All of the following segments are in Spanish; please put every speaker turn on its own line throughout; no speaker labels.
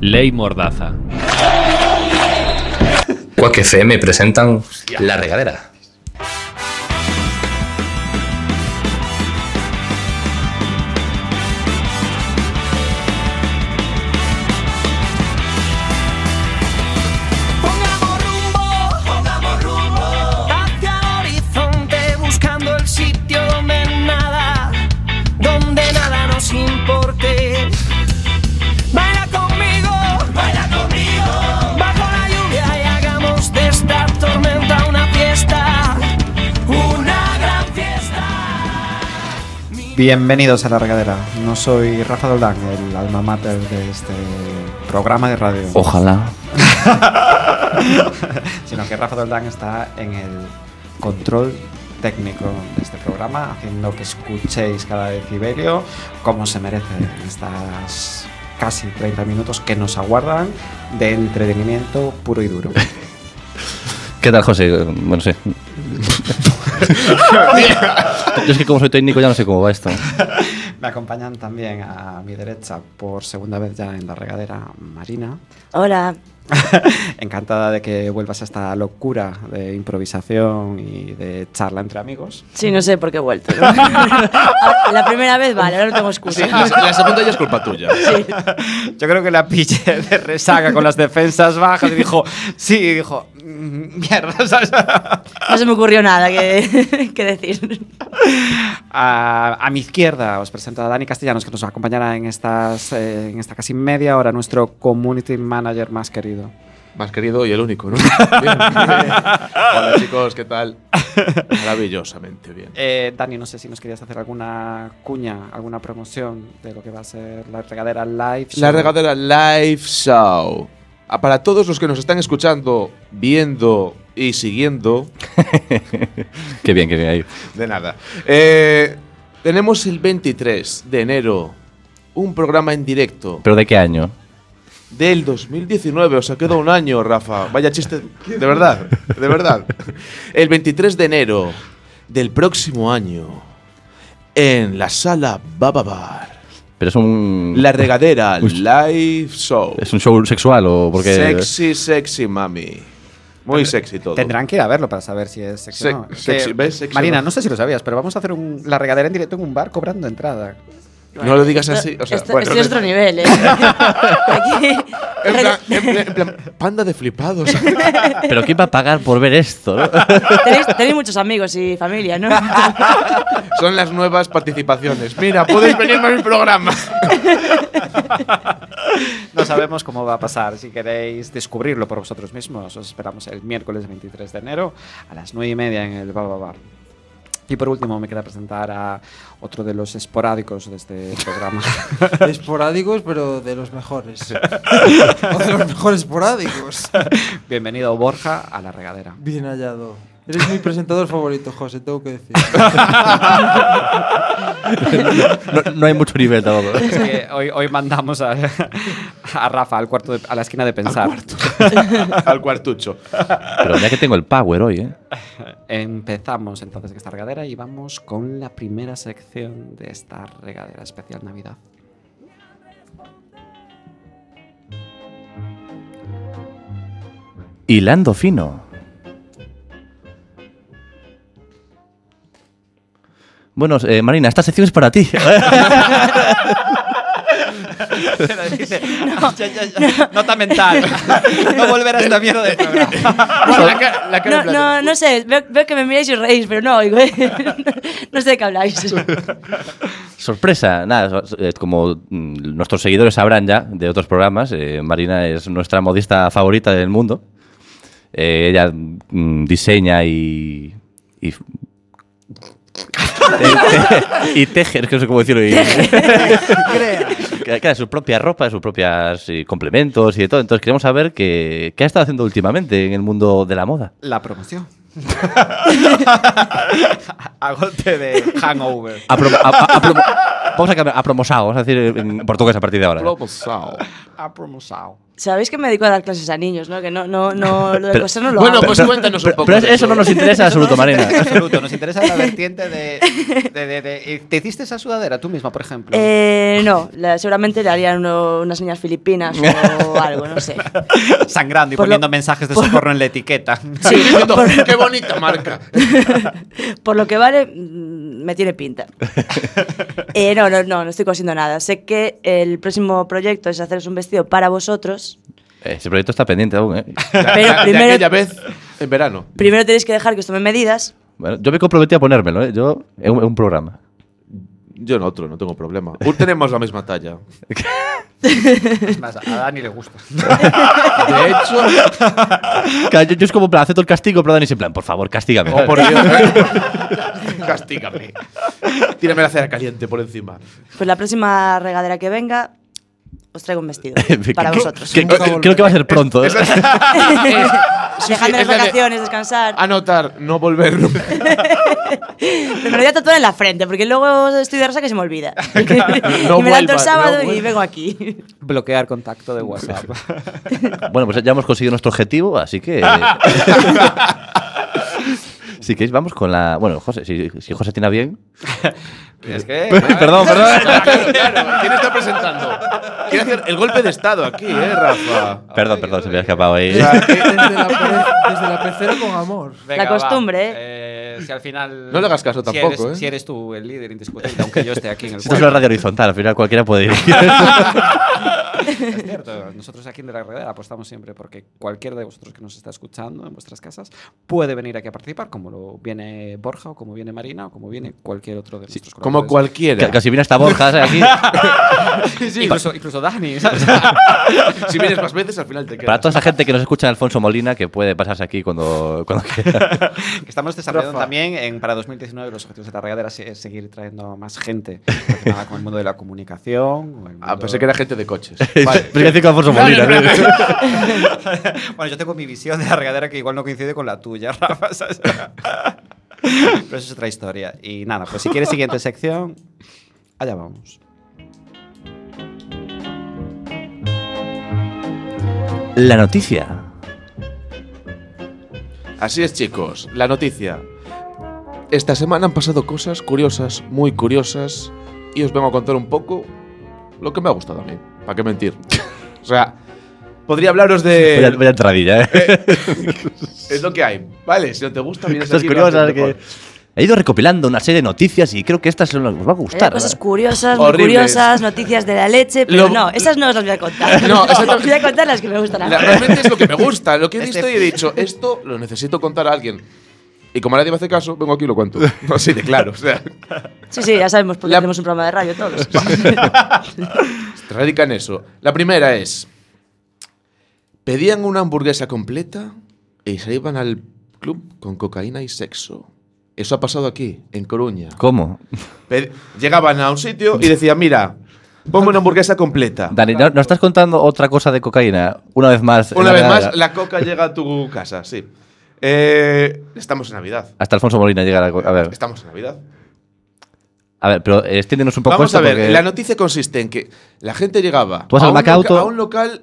Ley Mordaza.
Quack FM presentan La Regadera.
Pongamos rumbo, pongamos rumbo hacia el horizonte buscando el sitio donde nada, donde nada nos importe. Baila conmigo, baila conmigo bajo la lluvia y hagamos de esta tormenta una fiesta, una gran fiesta.
Bienvenidos a La Regadera. No soy Rafa Doldán, el alma mater de este programa de radio.
Ojalá.
Sino que Rafa Doldán está en el control técnico de este programa, haciendo que escuchéis cada decibelio como se merece en estas casi 30 minutos que nos aguardan de entretenimiento puro y duro.
¿Qué tal, José? Bueno, sí. Yo es que como soy técnico ya no sé cómo va esto.
Me acompañan también a mi derecha por segunda vez ya en la regadera Marina.
Hola.
Encantada de que vuelvas a esta locura de improvisación y de charla entre amigos.
Sí, no sé por qué he vuelto. ¿no? Ah, la primera vez vale, ahora no tengo excusa.
la segunda ya es culpa tuya.
Yo creo que la pillé de resaga con las defensas bajas y dijo, sí, y dijo, "Mm, mierda. ¿sabes?
No se me ocurrió nada que, que decir.
A, a mi izquierda os presento a Dani Castellanos que nos acompañará en, estas, eh, en esta casi media hora, nuestro community manager más querido.
Más querido y el único, ¿no? Bien. Hola chicos, ¿qué tal? Maravillosamente bien.
Eh, Dani, no sé si nos querías hacer alguna cuña, alguna promoción de lo que va a ser la regadera live.
La
show.
regadera Live Show. Ah, Para todos los que nos están escuchando, viendo y siguiendo,
Qué bien, qué bien ahí.
de nada. Eh, tenemos el 23 de enero un programa en directo
¿Pero de qué año?
del 2019. Os ha quedado un año, Rafa. Vaya chiste. De verdad, de verdad. El 23 de enero del próximo año en la sala Baba Bar.
Pero es un.
La regadera
Uy.
live show.
¿Es un show sexual o porque.?
Sexy, sexy, mami. Muy sexy todo.
Tendrán que ir a verlo para saber si es sexy o no.
Sex- sexy,
Que-
¿ves? Sexy
Marina,
o no.
no sé si lo sabías, pero vamos a hacer un- la regadera en directo en un bar cobrando entrada.
No lo digas así. Pues O sea,
esto,
bueno, pues-
esto es otro nivel, ¿eh? Aquí-
En plan, en plan- en plan, panda de flipados.
¿Pero quién va a pagar por ver esto? no?
tenéis, tenéis muchos amigos y familia, ¿no?
Ah, Son las nuevas participaciones. Mira, puedes venirme a mi programa.
No sabemos cómo va a pasar. Si queréis descubrirlo por vosotros mismos, os esperamos el miércoles 23 de enero a las 9 y media en el Baba Bar. Y por último, me queda presentar a otro de los esporádicos de este programa.
Esporádicos, pero de los mejores. o de los mejores esporádicos.
Bienvenido, Borja, a la regadera.
Bien hallado. Eres mi presentador favorito, José, tengo que decir.
No, no hay mucho nivel tampoco.
Es que hoy, hoy mandamos a, a Rafa al cuarto de- a la esquina de pensar.
Al cuartucho.
Pero ya que tengo el power hoy, ¿eh?
Empezamos entonces en esta regadera y vamos con la primera sección de esta regadera especial Navidad.
Hilando fino. Bueno, eh, Marina, esta sección es para ti.
Nota mental. No volver a esta mierda de
No, no, no sé, veo, veo que me miráis y os reís, pero no oigo, ¿eh? No sé de qué habláis.
Sorpresa, nada, so- so- eh, como mm, nuestros seguidores sabrán ya de otros programas, eh, Marina es nuestra modista favorita del mundo. Eh, ella mm, diseña y... y y teje, es que no sé cómo decirlo. y- Crea. su propia ropa, sus propios complementos y de todo. Entonces queremos saber qué, qué ha estado haciendo últimamente en el mundo de la moda.
La promoción. a golpe de hangover.
A promo- a- a- a promo- vamos a cambiar, a promosao, vamos a decir en portugués a partir de ahora.
Global Sound.
Ha promosado.
Sabéis que me dedico a dar clases a niños, ¿no? Que no, no, no, lo de
Pero-
coser no lo
Bueno,
hago.
pues cuéntanos un
Pero,
poco.
pero
de
eso no nos interesa en absoluto, Marina.
Absoluto, nos interesa la vertiente de, de- de- de- ¿Te hiciste esa sudadera tú misma, por ejemplo?
Eh, no, la- seguramente le harían uno- unas niñas filipinas o algo, no sé.
Sangrando y
por lo-
poniendo mensajes de socorro en la etiqueta.
Sí,
Diciendo, Qué bonita marca.
por lo que vale, mm, me tiene pinta. Eh, no, no, no, no estoy cosiendo nada. Sé que el próximo proyecto es haceros un vestido para vosotros,
Eh, Ese proyecto está pendiente aún, ¿eh?
De-
pero
De
primero,
aquella vez, en verano.
primero tenéis que dejar que os tomen medidas.
Bueno, yo me comprometí a ponérmelo, ¿eh? Yo, en un, en un programa.
Yo en otro, no tengo problema. Un- Tenemos la misma talla.
Es más, a Dani le gusta.
De hecho,
Claro, yo, yo es como, en plan, acepto el castigo, pero Dani es en plan, por favor, castígame.
oh, por Dios. Castígame. Tírame la cera caliente por encima.
Pues la próxima regadera que venga, os traigo un vestido
Eh,
para
Que-
vosotros.
que- que- creo que va a ser pronto. ¿eh?
Dejadme las
es la que- Ah.
vacaciones, descansar.
Anotar, no volver nunca.
Pero me lo voy a tatuar en la frente, porque luego estoy de rosa que se me olvida. y me levanto
vuelva,
el sábado
no
y vengo aquí.
Bloquear contacto de WhatsApp.
Bueno, pues ya hemos conseguido nuestro objetivo, así que. Si queréis, vamos con la. Bueno, José, si, si José tiene a bien.
es que,
Perdón, perdón.
Claro, claro. ¿Quién está presentando? Quiere hacer el golpe de estado aquí, ¿eh, Rafa?
Perdón, perdón, se me había escapado ahí.
eh,
Desde la, pere- desde la pecera con amor.
La costumbre,
va. Eh, si al final.
No le hagas caso
si
tampoco,
eres-
¿eh?
Si eres tú el líder indiscutible, aunque yo esté aquí en el
Esto es una
pueblo.
radio horizontal, al final cualquiera puede ir.
Es cierto, nosotros aquí en De la Redera apostamos siempre porque cualquiera de vosotros que nos está escuchando en vuestras casas puede venir aquí a participar, como lo viene Borja, o como viene Marina, o como viene cualquier otro de nuestros
Como
colaboradores.
cualquiera.
Casi viene hasta Borja ¿sabes? aquí.
Incluso, incluso Dani, ¿sabes?
Si vienes más veces, al final te quedas.
Para toda esa gente que nos escucha en Alfonso Molina, que puede pasarse aquí cuando, cuando quiera.
Que Estamos desarrollando
Rafa.
también en, para 2019 los objetivos de la regadera se- es seguir trayendo más gente relacionada con el mundo de la comunicación. o el
Ah,
mundo-
pensé que era gente de coches. Vale.
Explicación con Alfonso Molina. ¿no?
Bueno, yo tengo mi visión de la regadera que igual no coincide con la tuya, Rafa. ¿sabes? Pero eso es otra historia. Y nada, pues si quieres siguiente sección, allá vamos.
La noticia.
Así es, chicos. La noticia. Esta semana han pasado cosas curiosas, muy curiosas, y os vengo a contar un poco lo que me ha gustado a mí. ¿Para qué mentir? o sea, podría hablaros de...
Vaya, vaya entradilla, ¿eh?
Es lo que hay. Vale, si no te gusta, vienes
Cosas
aquí y lo
curiosas
haces
que...
mejor.
He ido recopilando una serie de noticias y creo que estas son las que os va a
Hay
gustar.
cosas curiosas, muy
eh. Horribles.
curiosas, noticias de la leche, pero
Lo-
no, esas no os las voy a contar.
No, exactamente.
os voy a contar las que me gustan a mí.
La- realmente es lo que me gusta, lo que he
Este-
visto y he dicho, esto lo necesito contar a alguien. Y como nadie me hace caso, vengo aquí y lo cuento. Así de claro. O sea,
Sí, sí, ya sabemos porque
La-
tenemos un programa de radio todos.
se radica en eso. La primera es, pedían una hamburguesa completa y se iban al club con cocaína y sexo. Eso ha pasado aquí, en Coruña.
¿Cómo?
Pe- Llegaban a un sitio y decían, mira, pongo una hamburguesa completa.
Dani, ¿no, no estás contando otra cosa de cocaína? Una vez más. en
Una vez
verdad,
más, la coca llega a tu casa, sí. Eh, estamos en Navidad.
Hasta Alfonso Molina llega a, la- a ver.
Estamos en Navidad.
A ver, pero eh, extiéndenos un poco
Vamos
esto
a ver,
porque-
la noticia consiste en que la gente llegaba
Tú vas
a,
al
un
Macauto.
loca- a un local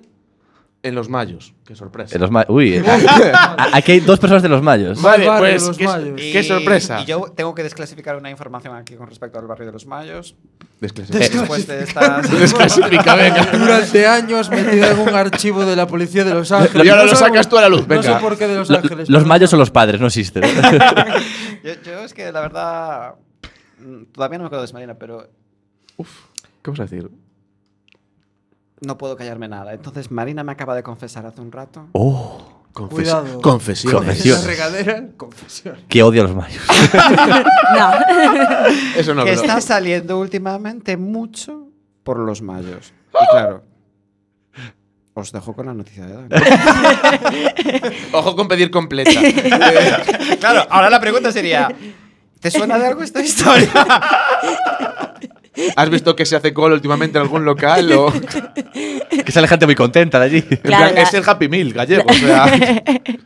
en Los Mayos. Qué sorpresa.
eh, los ma- Uy, eh, a- aquí hay dos personas de los mayos.
Vale,
Barrio de
pues
Los
qué,
Mayos.
qué sorpresa.
Y yo tengo que desclasificar una información aquí con respecto al barrio de los Mayos.
Desclasifica.
Después de estas.
Desclasifica, venga.
Durante años metido en un archivo de la policía de Los Ángeles.
Y ahora lo
No sé
sacas tú a la luz,
No sé
venga.
por qué de Los
Lo-
Ángeles.
los
pero-
mayos son los padres, no existen.
yo, yo es que la verdad. mm, Todavía no me acuerdo de Marina, pero
¿Qué vas a decir?
no puedo callarme nada. Entonces, Marina me acaba de confesar hace un rato.
Confesiones.
Cuidado. Esa
Confesiones.
regadera, confesión.
que odio a los mayos.
No,
Eso no
que
creo.
está saliendo últimamente mucho por los mayos. Y claro, os dejo con la noticia de Dani.
Ojo con pedir completa. Eh,
claro, ahora la pregunta sería: ¿te suena de algo esta historia?
¿Has visto que se hace call últimamente en algún local? O... En
que sale gente muy contenta de allí.
Claro,
plan,
la-
es el Happy Meal gallego. O sea,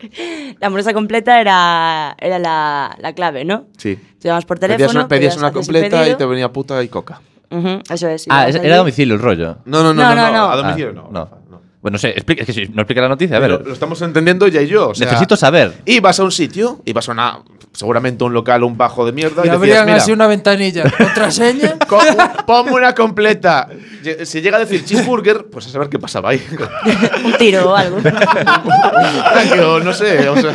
la hamburguesa completa era, era la, la clave, ¿no?
sí.
Te llamas por teléfono,
Pedías una, pedías
pedías-
una
haces el
completa y te
pedido.
venía puta y coca.
Ujú, eso es.
Ah,
ibas
es-
allí.
era a domicilio el rollo.
No, no, no,
No,
no, no,
no, no.
A domicilio
Ah,
no.
no.
Rafa, no.
Bueno, no sé, explica, es que si no explica la noticia, a
Pero
ver.
lo estamos entendiendo ya y yo. o sea,
necesito saber.
Y vas a un sitio, y vas a una, seguramente un local, un bajo de mierda.
Y
decías,
abrían
"Mira,
así una ventanilla. ¿Contraseña?
co- Ponme una completa. Lle- Si llega a decir cheeseburger, pues a saber qué pasaba ahí.
Un tiro o algo.
Yo no sé. o sea,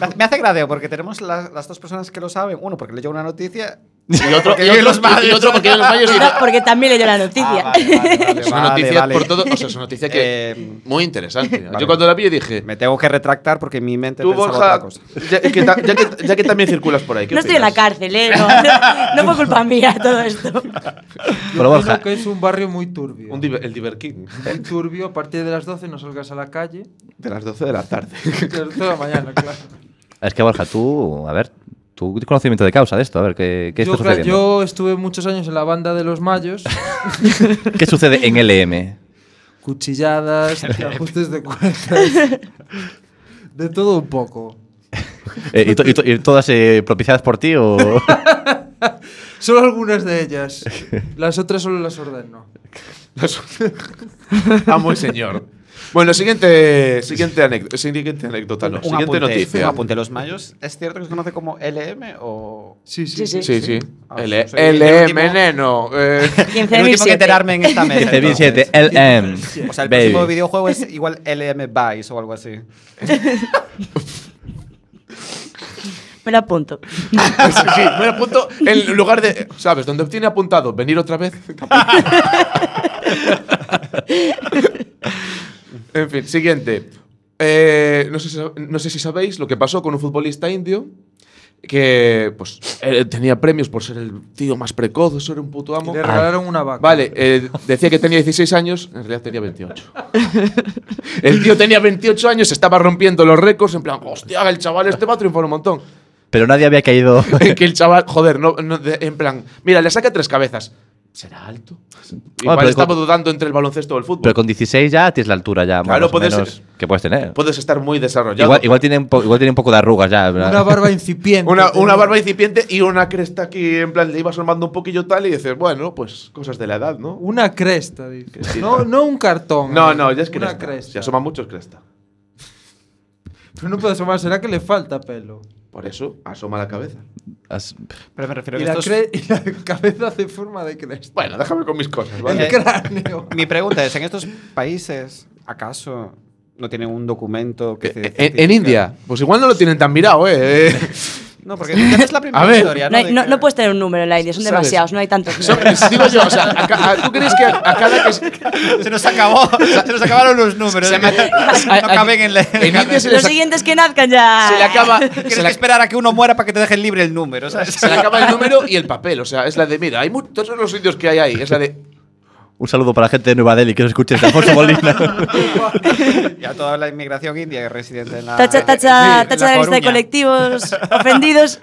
Me- Me hace gracia porque tenemos las, las dos personas que lo saben. Uno porque leyó una noticia.
y otro,
Porque yo en los
y otro porque yo en los mayos.
No, porque también leyó la noticia.
Ah, vale, vale, vale,
Es una
vale,
noticia
vale.
por todo. O sea, es una noticia que.
Eh,
muy interesante.
vale.
Yo cuando la vi dije.
Me tengo que retractar porque mi mente
Tú,
pensaba
Borja,
otra cosa.
ya que, ta- ya que- ya que también circulas por ahí. ¿qué
No estoy en la
opinas?
cárcel, ¿eh? No, no- no fue culpa mía todo esto.
Pero
Yo
Borja,
opino que es un barrio muy turbio.
Un diver- el Diver King.
Muy turbio. A partir de las 12 no salgas a la calle.
De las 12 de la tarde.
Las 12 de la mañana, claro.
es que Borja, tú, a ver, tú tienes conocimiento de causa de esto, a ver, ¿qué, qué
yo,
está
cla-
sucediendo?
yo estuve muchos años en la banda de los mayos.
¿Qué sucede en E LM?
cuchilladas, ajustes de cuentas. De todo un poco.
Eh, y, to- y to- y todas eh, propiciadas por ti o...?
Solo algunas de ellas. Las otras solo las ordeno.
Amo el Ah, señor. Bueno, siguiente, siguiente, anécdota, siguiente anécdota, no,
Un
siguiente
apunte,
noticia.
Un apunte. Los mayos, ¿es cierto que se conoce como LM o...?
Sí, sí.
Sí, sí.
Ah,
L-
soy el
LM,
último.
neno. eh.
El último que
15.007.
enterarme en esta mesa.
Dice bien
entonces.
7, LM.
O sea, el
E baby.
próximo videojuego es igual LM Vice o algo así.
Me lo apunto.
Pues Sí, sí, me lo apunto en lugar de. ¿Sabes? Donde tiene apuntado venir otra vez. en fin, siguiente. Eh, no, sé, si- no sé si sabéis lo que pasó con un futbolista indio que pues eh, tenía premios por ser el tío más precoz, eso era un puto
Y
amo.
le regalaron una vaca.
Vale, eh, decía que tenía 16 años, en realidad tenía 28. El tío tenía 28 años, estaba rompiendo los récords, en plan, hostia, el chaval este va a triunfar un montón.
Pero nadie había caído...
que el chaval, joder, no, no- de- en plan, mira, le saca tres cabezas. ¿Será alto? Igual
Ah, pero
estaba
con-
dudando entre el baloncesto o el fútbol.
Pero con 16 ya tienes la altura ya,
Claro,
más o
puede
menos,
ser.
que puedes tener.
Puedes estar muy desarrollado.
Igual, igual, tiene un po- igual tiene un poco de arrugas ya. ¿verdad?
Una barba incipiente.
una, una barba incipiente y una cresta aquí, en plan, le iba asomando un poquillo tal y dices, bueno, pues cosas de la edad, ¿no?
Una cresta, dice.
Que sí,
No, no un cartón.
No,
eh.
no, ya es cresta.
Una cresta.
Se asoma mucho es cresta.
Pero no puede asomar, será que le falta pelo.
Por eso, asoma la cabeza.
As-
Pero me refiero
Y
que
la,
esto es-
cre- y la cabeza hace forma de cresta.
Bueno, déjame con mis cosas,
El
¿vale?
Eh,
cráneo.
Mi pregunta es, ¿en estos países acaso no tienen un documento que...
Eh,
te
eh, En,
certifica?
India, pues igual no lo tienen tan mirado, ¿eh?
No, porque ya no es la primera
A ver.
historia,
No,
De
hay- no,
que-
no puedes tener un número en la India, son
¿Sabes?
demasiados, no hay tantos.
So- digo yo, o sea, a ca- a- ¿tú crees que a, a cada que se-
Se nos acabó, se nos acabaron los números.
Se me-
no caben en la...
en India se
Los
les a-
siguientes que nazcan ya.
se le acaba,
Tienes
se
que
le,
esperar a que uno muera para que te dejen libre el número, ¿sabes?
se le acaba el número y el papel. O sea, es la de, mira, hay muchos todos los indios que hay ahí. Es la de,
un saludo para la gente de Nueva Delhi que nos escuche de Alfonso Molina.
Ya toda la inmigración india que es residente en la...
Ah, eh,
Tacha, tacha, tacha este de la lista
Coruña.
de colectivos ofendidos.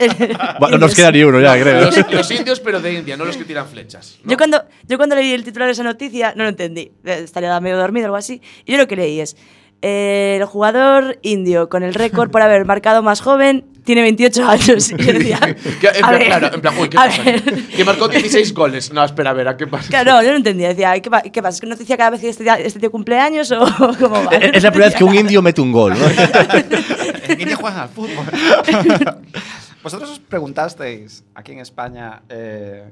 bueno, no nos queda ni uno ya, creo.
los, los indios, pero de India, no los que tiran flechas. ¿no?
Yo cuando, yo cuando leí el titular de esa noticia, no lo entendí. Eh, Estaría medio dormido o algo así. Y yo lo que leí es, eh, el jugador indio con el récord por haber marcado más joven tiene 28 años. Y yo decía,
Que, en
a
plan,
ver,
claro, en plan, uy, ¿qué
a
pasa?
ver.
Que marcó 16 goles. No, espera, a ver, ¿a qué pasa?
Claro, no, yo no entendía. Decía, ¿qué, pa- qué pasa? ¿Es que noticia cada vez que este, día- este tío cumple años o cómo va?
E-, Es la primera vez que un indio mete un gol. ¿no?
En India juegan al fútbol. Vosotros os preguntasteis aquí en España eh,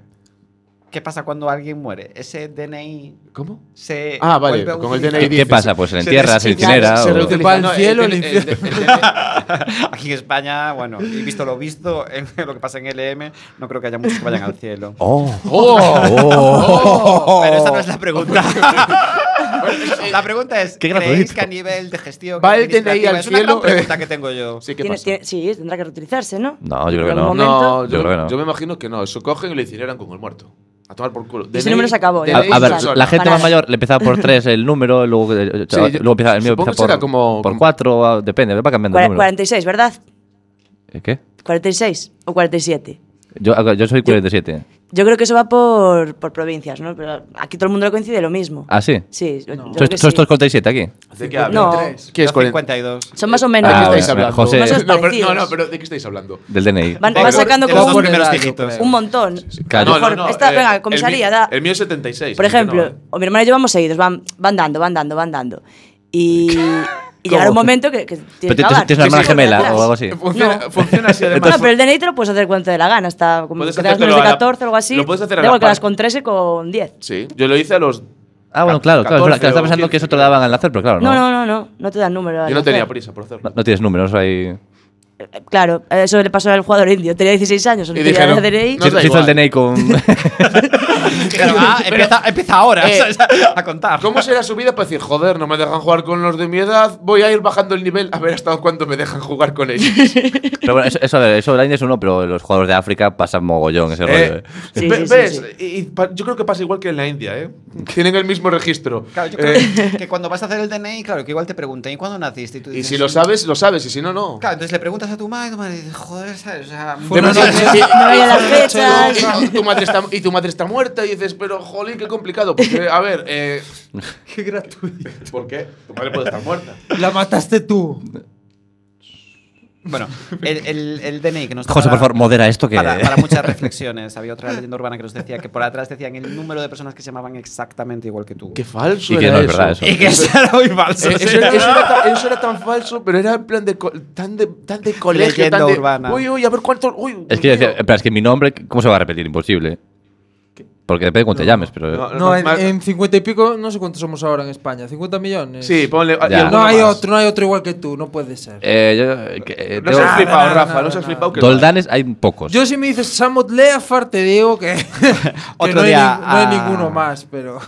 qué pasa cuando alguien muere. Ese DNI
¿Cómo?
se
Ah, vale,
vuelve
con el
utilizar.
DNI.
¿Qué pasa? Pues se le entierra, se le incinera.
Se
o-
reutiliza.
Va al
No, el-
cielo,
el-
al
el-
infierno.
el- el- el-
Aquí en España, bueno, y visto lo visto, en lo que pasa en LM, no creo que haya muchos que vayan al cielo.
Oh.
¡Oh!
Pero esa no es la pregunta. la pregunta es,
Qué
¿creéis
gratuito.
que a nivel de gestión
¿Va el DNI
administrativa?
al
Es una gran
cielo?
pregunta que tengo yo.
Sí, ¿qué
Tiene-
pasa?
tiene- sí, tendrá que reutilizarse, ¿no?
No, yo creo
En
que
algún
no.
momento.
No,
Yo
yo,
creo que no.
yo me imagino que no. Eso cogen y lo incineran con el muerto. A tomar por culo.
Y ese
DNI
número se acabó, ya.
A,
DNI
a ver,
persona.
la gente
Para
más
nada.
mayor le empezaba por 3 el número, luego, eh,
Sí, yo-
luego empieza, el mío
supongo
empieza
que será
por,
como-
por
como-
4, ah, depende, va cambiando el
Cua-
número.
46, ¿verdad?
¿Eh, ¿Qué?
¿46 o 47?
Yo, yo soy 47.
Yo creo que eso va por, por provincias, ¿no? Pero aquí todo el mundo lo coincide lo mismo.
¿Ah, sí?
Sí, yo
No.
creo
¿Sois
que
sois
sí.
todos 47 aquí?
¿De qué hablas?
No.
¿Qué es 40?
52.
Son más o
¿De
menos.
Ah,
qué
bueno,
estáis hablando?
José.
Más o menos
no, pero, no,
parecidos.
no, pero ¿de qué estáis hablando?
Del DNI.
Van,
Tengo-
van sacando
tengo
como
dos
un,
primeros
dato,
dígitos.
un montón.
Claro.
A lo mejor esta-
eh,
venga,
el
comisaría,
mío-
da.
El mío es 76.
Por
así que
ejemplo,
no.
o mi hermana y yo vamos seguidos, van, van dando, van dando, van dando. Y, y llegará un momento que, que tienes
Pero
que
tienes-
acabar.
tienes una hermana
Sí, sí, por
gemela
detrás.
o algo así.
Funciona, funciona así además.
bueno, pero el DNI te lo puedes hacer cuando te dé la gana, hasta como que
Puedes
tengas
hacértelo
menos de
a la-
14 o algo así.
lo puedes hacer
da
a la
igual que
par.
las con 13 con 10.
Sí, yo lo hice a los.
Ah, bueno, claro, claro. es verdad,
14
claro,
o
estaba pensando que eso te lo
15,
daban al hacer, pero claro,
No,
no.
no, no, no, no te dan número. al
Yo no
hacer.
tenía prisa por hacerlo.
No, no tienes números ahí.
Eh, Claro, eso le pasó al jugador indio. Tenía 16 años, no
Y
tenía
dije, no,
el DNI.
no.
Se
da
se hizo el
igual.
DNI con.
Claro, ah, empieza, empieza ahora
Eh,
o sea, a contar.
¿Cómo será su vida para decir, joder, no me dejan jugar con los de mi edad? Voy a ir bajando el nivel a ver hasta cuánto me dejan jugar con ellos.
pero bueno, eso, eso, a ver, eso de la India es uno, pero los jugadores de África pasan mogollón ese
Eh,
rollo. eh.
Sí,
Ve-
sí, sí,
¿Ves?
sí.
Y- y pa- yo creo que pasa igual que en la India, ¿eh? Tienen el mismo registro.
Claro, yo
Eh,
creo que cuando vas a hacer el DNI, claro, que igual te preguntan, ¿y cuándo naciste? Y, tú
y
dices,
si lo sabes, lo sabes, y si no, no.
Claro, entonces le preguntas a tu madre, y tu madre dice, joder, ¿sabes? O sea,
De
no,
verdad,
no,
sí.
No vaya las
Y
fechas.
tu- tu madre está- y tu madre está muerta y dices, pero jolín, qué complicado. Porque, a ver, eh,
Qué gratuito.
¿por qué? Tu madre puede estar muerta.
La mataste tú.
Bueno, el, el- el DNI que nos
José, por favor, modera esto que.
Para, para muchas reflexiones. Había otra leyenda urbana que nos decía que por atrás decían el número de personas que se llamaban exactamente igual que tú.
Qué falso
y que
era
no es verdad eso.
Y que eso era muy falso.
Eh, Eso era, eso era tan, eso era tan falso, pero era en plan de, co- tan de, tan de colegio.
Leyenda
tan de,
urbana.
Uy, uy, a ver cuánto. Uy,
Es que yo
mío".
decía, eh, pero es que mi nombre, ¿cómo se va a repetir? Imposible. Porque depende de cuánto te llames, pero.
No,
pues
No, en,
más-
en 50 y pico, no sé cuántos somos ahora en España. 50 millones.
Sí,
pues,
ponle.
Ya.
y alguno
No hay
más.
otro, no hay otro igual que tú, no puede ser.
Eh, yo, que, eh,
No
tengo-
seas flipado,
no,
Rafa,
no,
no seas
no.
flipado. que
Doldanes hay pocos.
pues
Yo si me dices Samot Leafar te digo que, que
Otro
no, hay
día,
ni- no hay
ah.
ninguno más, pero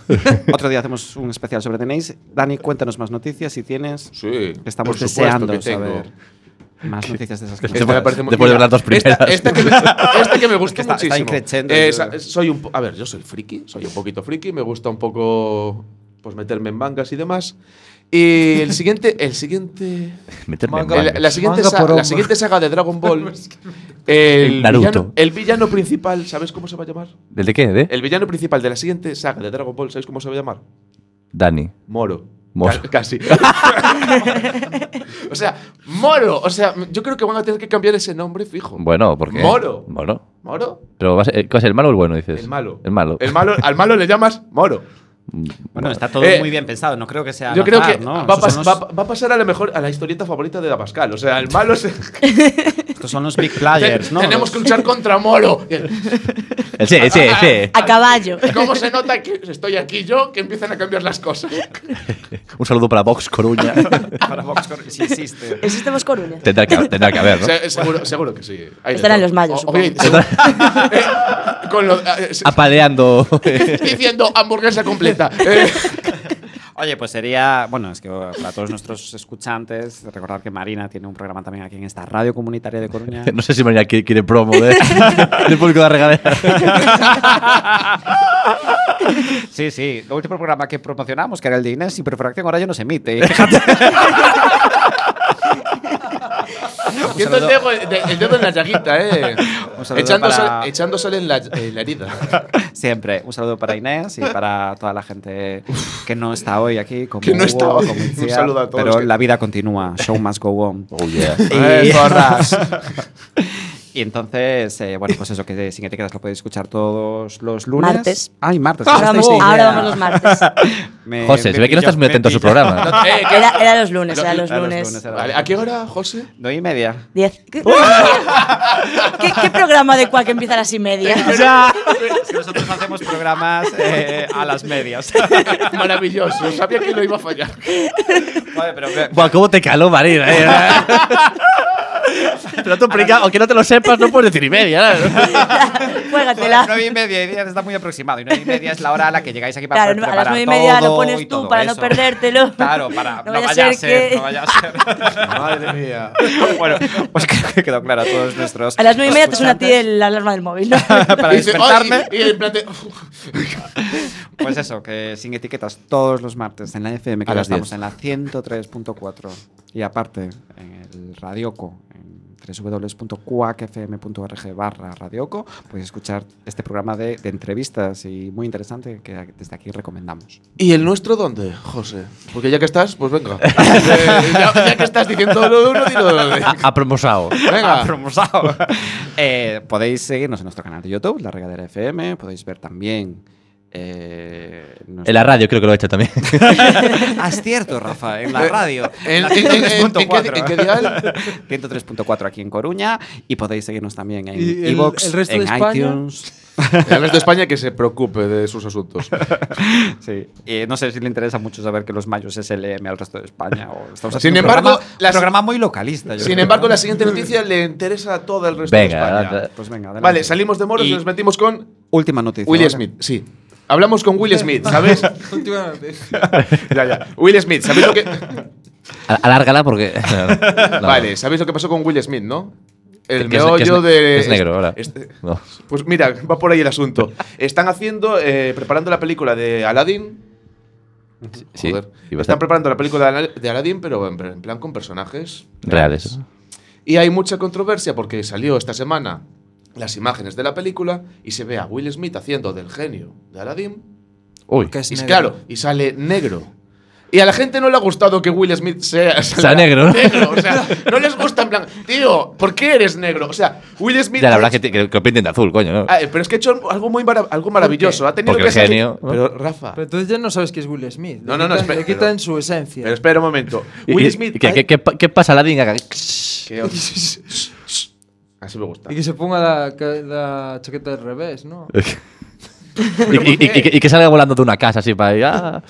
Otro día hacemos un especial sobre DNIs. Dani, cuéntanos más noticias si tienes.
Sí.
Estamos
por supuesto
deseando
que tengo.
saber más noticias de esas que
Esta
nos
Después-
traes.
Esta me parece muy-
después de ver
mira,
las dos primeras.
Esta, esta que, me, esta que me gusta
Está- está
muchísimo.
increchendo.
Eh, sa- soy un, po- a ver, yo soy friki, soy un poquito friki, me gusta un poco pues meterme en bancas y demás. Y el siguiente, el siguiente,
Meterme en
Manga-
el-
mangas.
la, siguiente
Manga
sa-
por
la
hombro.
siguiente saga de Dragon Ball, el
Naruto.
villano, el villano principal, ¿sabes cómo se va a llamar?
¿Del de qué? ¿De?
El villano principal de la siguiente saga de Dragon Ball, ¿sabes cómo se va a llamar?
Dani.
Moro.
Moro.
Ca- Casi. o sea, Moro. O sea, yo creo que van a tener que cambiar ese nombre fijo.
Bueno, porque.
Moro.
Moro.
¿Moro?
Pero va a ser, eh, ¿cuál es el malo o el bueno, dices?
El malo.
El malo.
El malo, al malo le llamas moro.
Bueno, está todo
Eh,
muy bien pensado. No creo que sea.
Yo
al
creo
azar,
que
¿no?
va, a
Estos
pas-
son los-
va a- va a pasar a la mejor a la historieta favorita de Pascal. O sea, el malo es.
Estos son los big players, ¿no?
Tenemos que luchar contra Moro.
El sí, el sí, el sí.
A caballo.
¿Cómo se nota que estoy aquí yo? Que empiezan a cambiar las cosas.
Un saludo para Vox Coruña.
Para Vox Cor- si existe.
Existemos Coruña.
tendrá, que, tendrá que haber, ¿no?
Se- seguro, seguro que sí. Ahí
Estarán
dentro.
los mayos,
O- oye, seguro- eh, con lo- eh, se-
Apaleando.
diciendo hamburguesa completa. Eh,
Oye, pues sería, bueno, es que uh, para todos nuestros escuchantes, recordar que Marina tiene un programa también aquí en esta radio comunitaria de Coruña.
no sé si Marina qui- quiere promo de, del público de la
Eh,
regadera.
Sí, sí, el último programa que promocionamos, que era el de Inés, sin perfracción, ahora ya no se emite. Y fíjate,
Siento pues el dedo, de- el dedo en la llaguita, eh.
Un saludo
Echando,
para-
sal- echando sal en la, en la herida.
Siempre, un saludo para Inés y para toda la gente que no está hoy aquí, como
Que no está
Hugo,
hoy.
como
Un
Itziar,
saludo a todos
Pero
los que-
la vida continúa, show must go on.
Oh, yeah.
Eh, zorras.
Y entonces, eh, bueno, pues eso, que sin etiquetas lo podéis escuchar todos los lunes.
Martes.
Ay, martes.
Ahora vamos,
Hostia.
ahora vamos los martes.
Me-
José, se ve
me
que no
pilló,
estás muy
me
atento a su
pilló.
programa.
Eh, que-
Era, era los lunes,
Lo-
era los
era los
lunes.
lunes, era-
Vale, ¿a qué hora, José?
Dos y media.
Diez. ¿Qué, ¿Qué- qué programa de cuac empieza a las y media?
Es que nosotros hacemos programas eh, a las medias.
Maravilloso, sabía que lo iba a fallar.
Joder, pero me-
Buah, ¿cómo te caló, Marina? eh? Pero tú, prica, aunque no te lo sepas, no puedes decir y media. ¿no?
joder,
Juégatela.
nueve y media y diez está muy aproximado. Y nueve y media es la hora a la que llegáis aquí para
Claro,
poder
a las nueve y
preparar
media lo
todo
pones
y
tú
todo
para no
eso.
perdértelo.
Claro, para
No vaya a ser que-
no vaya a ser.
Madre mía.
bueno, pues creo que quedó claro a todos nuestros.
A las nueve y media te suena a ti
escuchantes.
el- la alarma del móvil. ¿no?
Para despertarme.
Y, en plan de,
Pues eso, que sin etiquetas todos los martes en la FM, que
A
ahora
las
estamos
10.
en la 103.4. Y aparte, en el Radioco, en www.cuacfm.org barra radioco, podéis escuchar este programa de, de entrevistas y muy interesante que desde aquí recomendamos.
¿Y el nuestro dónde, José? Porque ya que estás, pues venga. Eh, ya, ya que estás diciendo lo de uno, dilo lo de-
Ha promosado.
Venga.
Apromosao. Eh, podéis seguirnos en nuestro canal de YouTube, La Regadera FM. Podéis ver también. eh, nuestro-
En la radio creo que lo he hecho también.
Ah, es cierto, Rafa, en la
Eh,
radio.
en-
la
en- en- en- ¿en
103.4.
qué- en qué dial?
103.4 aquí en Coruña. Y podéis seguirnos también en
¿Y el-
iVoox,
el resto de
en
España?
iTunes.
El resto de España que se preocupe de sus asuntos.
Sí. Eh, no sé si le interesa mucho saber que los mayos es LM al resto de España. O estamos
Sin
haciendo un
embargo,
programa,
las-
programa muy localista. yo
Sin
creo,
embargo,
¿no?
la siguiente noticia le interesa a todo el resto de
Venga,
España.
anda.
Pues venga, adelante.
Vale, salimos de moros y,
Y-
nos metimos con
Última noticia.
Will
¿vale?
Smith. Sí. Hablamos con Will Smith, ¿sabes?
Continuamente.
ya, ya. Will Smith, ¿sabéis lo que.
Al- Alárgala porque. No.
Vale, ¿sabéis lo que pasó con Will Smith, no? El
Que es- que es
meollo
ne-
de.
que es negro ahora.
este-
No.
Pues mira, va por ahí el asunto. Están haciendo, eh, preparando la película de Aladdin.
Sí,
Joder.
iba a
Están
estar-
preparando la película de Ala- de Aladdin, pero en en plan con personajes
Reales.
Y hay mucha controversia porque salió esta semana las imágenes de la película y se ve a Will Smith haciendo del genio de Aladdin.
Uy.
Que es
y
negro.
claro, y sale negro. Y a la gente no le ha gustado que Will Smith sea,
negro, ¿no?
O sea, no les gusta en plan, tío, ¿por qué eres negro? O sea, Will Smith.
Ya, la verdad que, te- que, que lo pinten de azul, coño. ¿no?
Ah, eh, pero es que ha hecho algo muy mara- algo maravilloso. Ha tenido
Porque
que
el
salir-
genio-
Pero Rafa.
Pero entonces ya no sabes que es Will Smith. Le
No, no, no,
quitan-
espera,
Le quitan
pero-
su esencia.
Pero espera un momento.
Y-
Will
y-
Smith.
¿Qué, qué, qué pa- qué pasa, Aladdin? Haga-
qué- Así me gusta.
y que se ponga la, ca- la chaqueta al revés, ¿no?
y, y- y- y que- y que salga volando de una casa así para ahí. ah.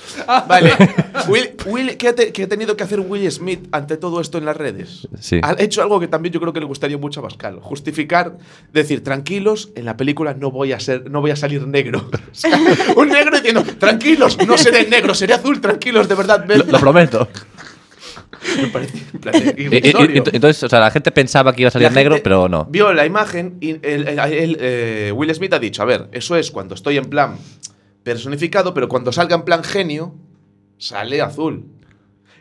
Vale. Will, Will- ¿qué, ha te- qué ha tenido que hacer Will Smith ante todo esto en las redes?
Sí.
Ha hecho algo que también yo creo que le gustaría mucho a Pascal. Justificar, decir, tranquilos, en la película no voy a, ser, no voy a salir negro. O sea, un negro diciendo, tranquilos, no seré negro, seré azul, tranquilos, de verdad.
Lo, Eh,
ven".
lo prometo.
Me parece en plan de
Y- y- y-
irrisorio.
ent- entonces, o sea, la gente pensaba que iba a salir
La
negro,
gente
pero no.
Vio la imagen y el- el- el, eh, Will Smith ha dicho, a ver, eso es cuando estoy en plan personificado, pero cuando salga en plan genio, sale azul.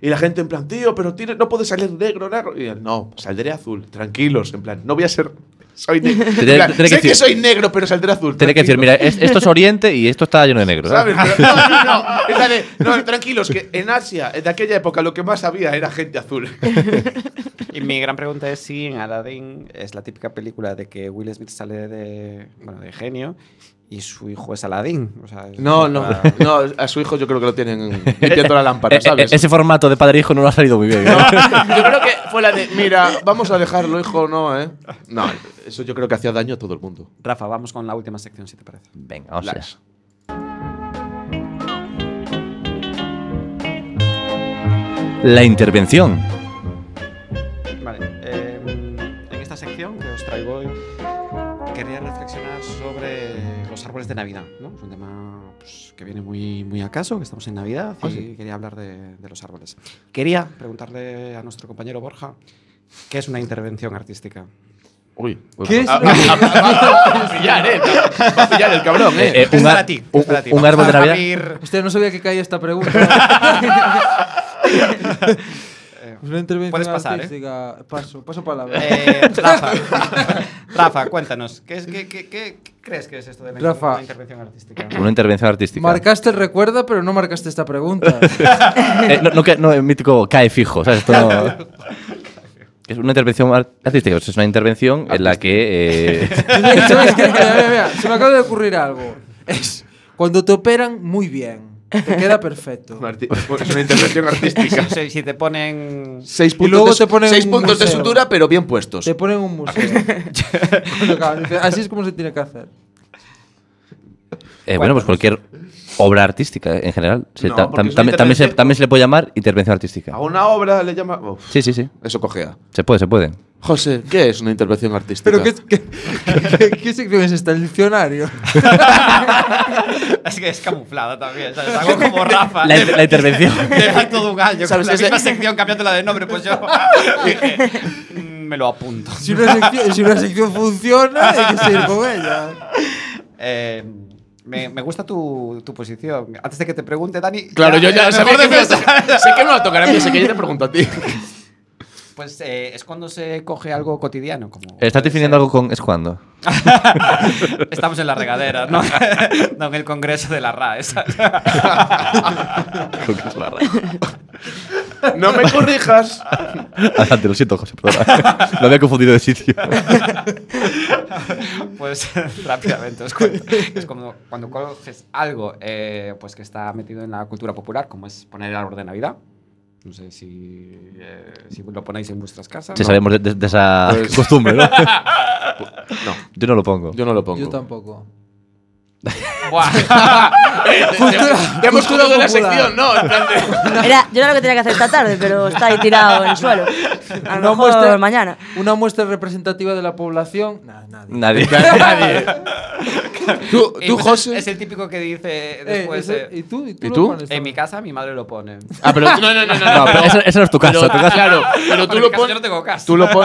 Y la gente en plan, tío, pero tiene- no puede salir negro, negro. Y él, no, saldré azul, tranquilos, en plan, no voy a ser... Soy negro. En
tiene
plan,
que
sé que,
decir-
soy negro, pero saldré azul.
Tiene que decir, eh, mira,
tranquilos".
es- esto es Oriente y esto está lleno de negro. ¿sabes?
¿Sabes? Pero- no, no, no. Es la de, no, tranquilos, que en Asia, de aquella época, lo que más había era gente azul.
Y mi gran pregunta es si en Aladdin es la típica película de que Will Smith sale de, bueno, de genio y su hijo es Aladdin. O sea, es
No, no,
otra-
no, a su hijo yo creo que lo tienen limpiando la lámpara,
Eh, eh,
¿sabes?
ese formato de padre-hijo no lo ha salido muy bien. ¿eh?
Yo creo que fue la de, mira, vamos a dejarlo, hijo, no, ¿eh? No, eso yo creo que hacía daño a todo el mundo.
Rafa, vamos con la última sección, si te parece.
Venga, vamos allá.
Lax.
La intervención.
Vale. eh, en esta sección que os traigo hoy, quería reflexionar sobre los árboles de Navidad. ¿no? Es un tema pues, que viene muy, muy a caso, que estamos en Navidad y quería hablar de, de los árboles. Ah, Quería preguntarle a nuestro compañero Borja qué es una intervención artística.
Uy.
¿Qué es?
Va Pues a pillar, ¿eh? Va a pillar el cabrón,
Eh, eh,
¿eh?
un
para
ar-
ti,
un-
es para ti.
un
Vamos
árbol de
a
Navidad.
abrir-
Hostia, no sabía que caía esta pregunta. Una intervención
Puedes pasar, ¿eh?
artística. Paso, paso palabra.
Eh, Rafa, Rafa, cuéntanos, ¿qué, es- qué- qué- qué crees que es esto de la
Rafa.
una intervención artística?
Una intervención artística.
Marcaste el recuerda, pero no marcaste esta pregunta.
Eh, no, no, que- no, el mítico cae fijo. ¿sabes? Esto no- Es una intervención ar- artística. o sea, Es una intervención en la que. eh,
¿Sabes qué? Mira, mira, mira, Se me acaba de ocurrir algo. Es cuando te operan muy bien. Te queda perfecto.
Un arti- Es pues, una intervención artística.
O sea, si te ponen...
Seis puntos,
luego
de, su-
te ponen
seis
un
puntos de
museo.
sutura, pero bien puestos.
Te ponen un museo. Bueno, cabrón, dice, Así es como se tiene que hacer.
eh, bueno, pues cualquier obra artística eh, en general. Se-
No,
ta-
porque
tam-
es
también-
una
también, se,
intervención.
también se le puede llamar intervención artística.
A una obra le llama. Uf,
Sí, sí, sí.
eso cogea.
Se puede, se puede.
José, ¿qué es una intervención artística?
Pero ¿qué, qué, qué, qué sección es esta? El diccionario.
Es que es camuflada también, ¿sabes? Hago como Rafa.
La, la intervención.
De facto de un gallo, con
¿Sabes?
la
Es de-
misma sección cambiándola de nombre, pues yo dije, "Mm, me lo apunto.
Si una sección, si una sección funciona, hay que seguir con ella.
Eh, me, me gusta tu, tu posición. Antes de que te pregunte, Dani.
Claro, yo ya
mejor
sé que,
defensa.
sé que me va a tocar a mí, sé que yo te pregunto a ti.
Pues eh, es cuando se coge algo cotidiano. Como
¿Estás
puede
definiendo
ser-
algo con es cuándo?
Estamos en la regadera, ¿no? no en el congreso de la RAE. ¿sabes?
No me corrijas.
Adelante, lo siento, José, perdona. Lo había confundido de sitio.
Pues rápidamente os cuento. Es como cuando coges algo eh, pues que está metido en la cultura popular, como es poner el árbol de Navidad. No sé si, eh, si lo ponéis en vuestras casas.
Sí,
¿no?
sabemos de, de- de esa
Pues-
costumbre, ¿no?
No,
Yo no lo pongo.
yo no lo pongo.
Yo tampoco.
Buah.
Cultura-
Ya hemos
cultura
jugado la
popular.
sección, ¿no? En plan de-
Era, yo era lo que tenía que hacer esta tarde, pero está ahí tirado en el suelo. A lo
No
mejor
muestre-
mañana.
Una muestra representativa de la población. Nah, nadie.
Nadie.
Tú,
Y,
tú
pues,
José.
Es el típico que dice
Eh,
después.
ese-
eh,
¿Y tú? ¿Y tú?
¿y
lo
tú?
pones
en mi
también?
casa mi madre lo pone.
Ah, pero no, no, no, no, no,
No, pero
pero-
esa, esa no es tu casa.
pero-
tu casa
Claro, pero tú
En
lo
mi casa
pones.
Yo no tengo casa.
Tú lo pon-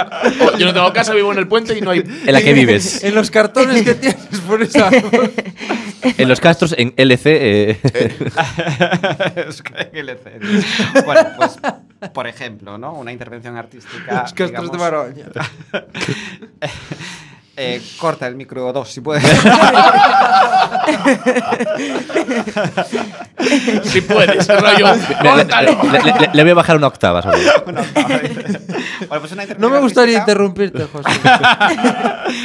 o- Yo no tengo casa, vivo en el puente y no hay.
en la que vives.
En los cartones que tienes por esa.
En los castros, en LC. eh,
Es que el ECN. bueno, pues por ejemplo, ¿no? Una intervención artística.
los cartones de Ah,
digamos,
Baroña.
eh, corta el micro 2 si puedes.
Si puedes, rollo.
le, le- le- le- le- le voy a bajar una octava. sobre todo.
Bueno, pues una
No
intervención
me gustaría
artística.
interrumpirte, José.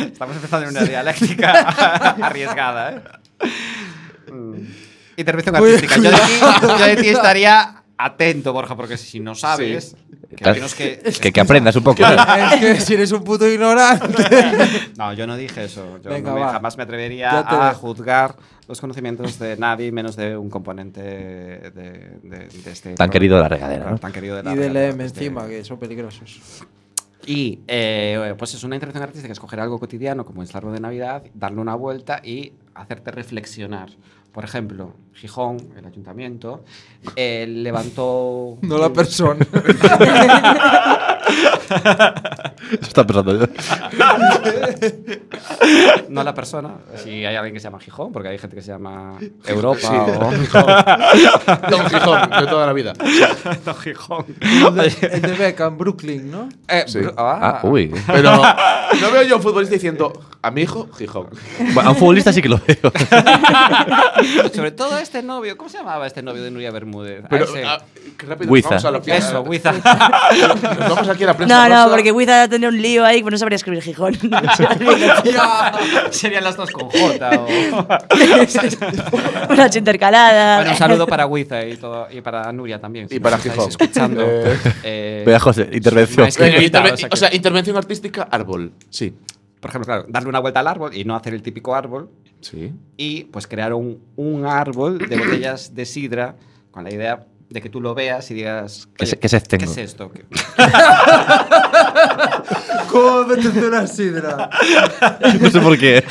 Estamos empezando en una dialéctica arriesgada, ¿eh? Mm. Intervención
Muy-
artística. Yo de, ti, yo de ti estaría atento, Borja, porque si no sabes, que a
Claro.
menos que...
Ah, Que, que aprendas un poco.
es que si eres un puto ignorante.
No, yo no dije eso. Yo
Venga,
no me-
va.
jamás me atrevería
Ya te
a
dejo.
juzgar los conocimientos de nadie, menos de un componente de, de- de este...
Tan querido de la regadera, ¿no?
Tan querido de la
y del
regadera,
EM
de este-
encima, que son peligrosos.
Y eh, pues es una intervención artística, escoger algo cotidiano como es largo de Navidad, darle una vuelta y hacerte reflexionar. Por ejemplo, Gijón, el ayuntamiento, eh, levantó...
No la persona.
Eso está pensando yo.
No la persona. Si hay alguien que se llama Gijón, porque hay gente que se llama Europa o
Don Gijón, de toda la vida.
No, Gijón.
El de, el de Beckham, Brooklyn, ¿no?
Eh, br- ah,
Ah, uy.
Pero no veo yo a un futbolista diciendo a mi hijo, Gijón.
Bueno, a un futbolista sí que lo veo.
Sobre todo este novio. ¿Cómo se llamaba este novio de Nuria Bermúdez? A
Pero
ese.
ah, qué rápido,
Wiza.
vamos a la prensa.
Eso, Wiza.
Vamos aquí a la prensa.
No, no,
rosa.
porque Wiza tendría un lío ahí, pues no sabría escribir Gijón.
Serían las dos con J. o-
Una H intercalada.
Bueno, un saludo para Wiza y, todo, y para Nuria también. si
Y para
nos estáis
Gijón.
Escuchando.
Eh.
eh,
Vea, José, intervención.
sois
Venga,
maestros invitados
interve-
aquí.
o sea, intervención artística, árbol. Sí.
por ejemplo, claro, darle una vuelta al árbol y no hacer el típico árbol.
Sí.
Y pues crear un, un árbol de botellas de sidra con la idea de que tú lo veas y digas.
¿Qué
"Oye,
se- qué sed
¿Qué
tengo?".
es esto? ¿Qué-
¿Cómo apetece una sidra?
No sé por qué.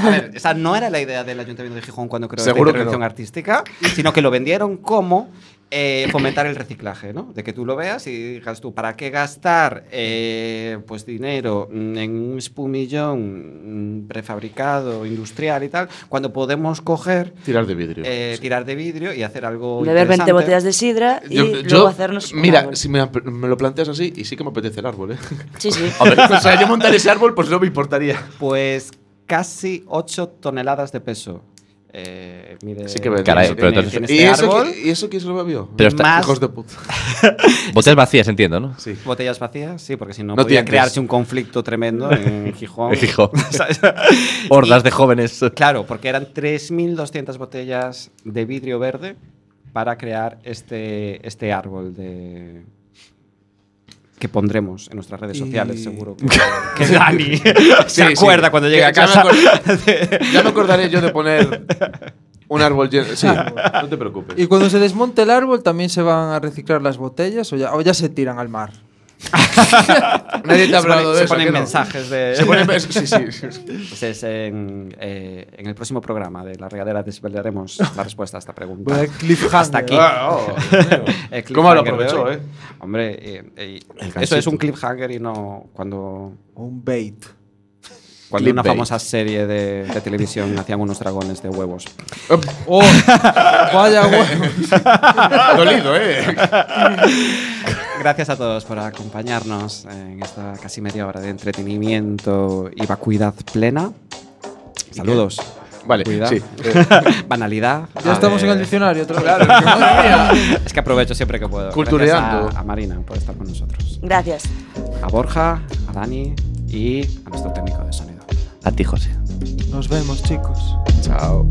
A ver, esa no era la idea del Ayuntamiento de Gijón cuando creó esta
Seguro que
intervención
no.
artística, sino que lo vendieron como eh, fomentar el reciclaje, ¿no? De que tú lo veas y digas tú, ¿para qué gastar eh, pues dinero mm, en un espumillón mm, prefabricado, industrial y tal, cuando podemos coger,
Tirar de vidrio.
eh, tirar de vidrio y hacer algo
Beber 20
interesante?
botellas de sidra y
Yo-
luego
yo-
hacernos. un
Mira,
árbol.
si me, ap- me lo planteas así, y sí que me apetece el árbol, ¿eh?
Sí, sí.
o sea, yo montar ese árbol, pues no me importaría.
Pues casi 8 toneladas de peso. Eh, mire,
Sí que me
Caray,
tiene-
pero
tiene-
entonces-
¿Y,
este
eso
árbol?
que- ¿Y eso quién se lo bebió?
Pero está-
Más-
Hijos de puta.
Botellas vacías, entiendo, ¿no?
Sí.
Botellas vacías, sí, porque si no,
No
podía
tientes.
crearse un conflicto tremendo en Gijón.
En Gijón. Hordas de jóvenes.
Claro, porque eran 3.200 botellas de vidrio verde para crear este, este árbol de que pondremos en nuestras redes
Y-
sociales, seguro que, que Dani se
Sí, sí.
acuerda cuando llegue
Ya-
a
ya me
casa.
acor- Ya me acordaré yo de poner un árbol lleno. Sí, no te preocupes.
Ah, Y cuando se desmonte el árbol, ¿también se van a reciclar las botellas o ya, o ya se tiran al mar?
Nadie te ha
Se ponen-
hablado de
se
eso.
ponen
¿qué no?
mensajes de...
Se ponen mens- Sí, sí. sí.
Pues es en, eh, en el próximo programa de La Regadera desvelaremos la respuesta a esta pregunta.
Voy a cliffhanger.
Hasta aquí.
Pues Ah, oh.
El
¿Cómo lo
cliffhanger de
aprovechó,
hoy.
eh?
Hombre, eh, eh, eso
gansito.
es un cliffhanger y no cuando,
Un bait.
Cuando en una
Clickbait.
famosa serie de, de televisión hacían unos dragones de huevos.
¡Oh! ¡Vaya huevo!
Dolido, ¿eh?
Gracias a todos por acompañarnos en esta casi media hora de entretenimiento y vacuidad plena. Saludos.
Vale,
Vacuidad.
sí.
Banalidad.
Ya estamos
Eh,
en el diccionario otra vez.
Es que aprovecho siempre que puedo.
Cultureando.
Gracias A, a Marina por estar con nosotros.
Gracias.
A Borja, a Dani y a nuestro técnico de sonido.
A ti, José.
Nos vemos, chicos.
Chao.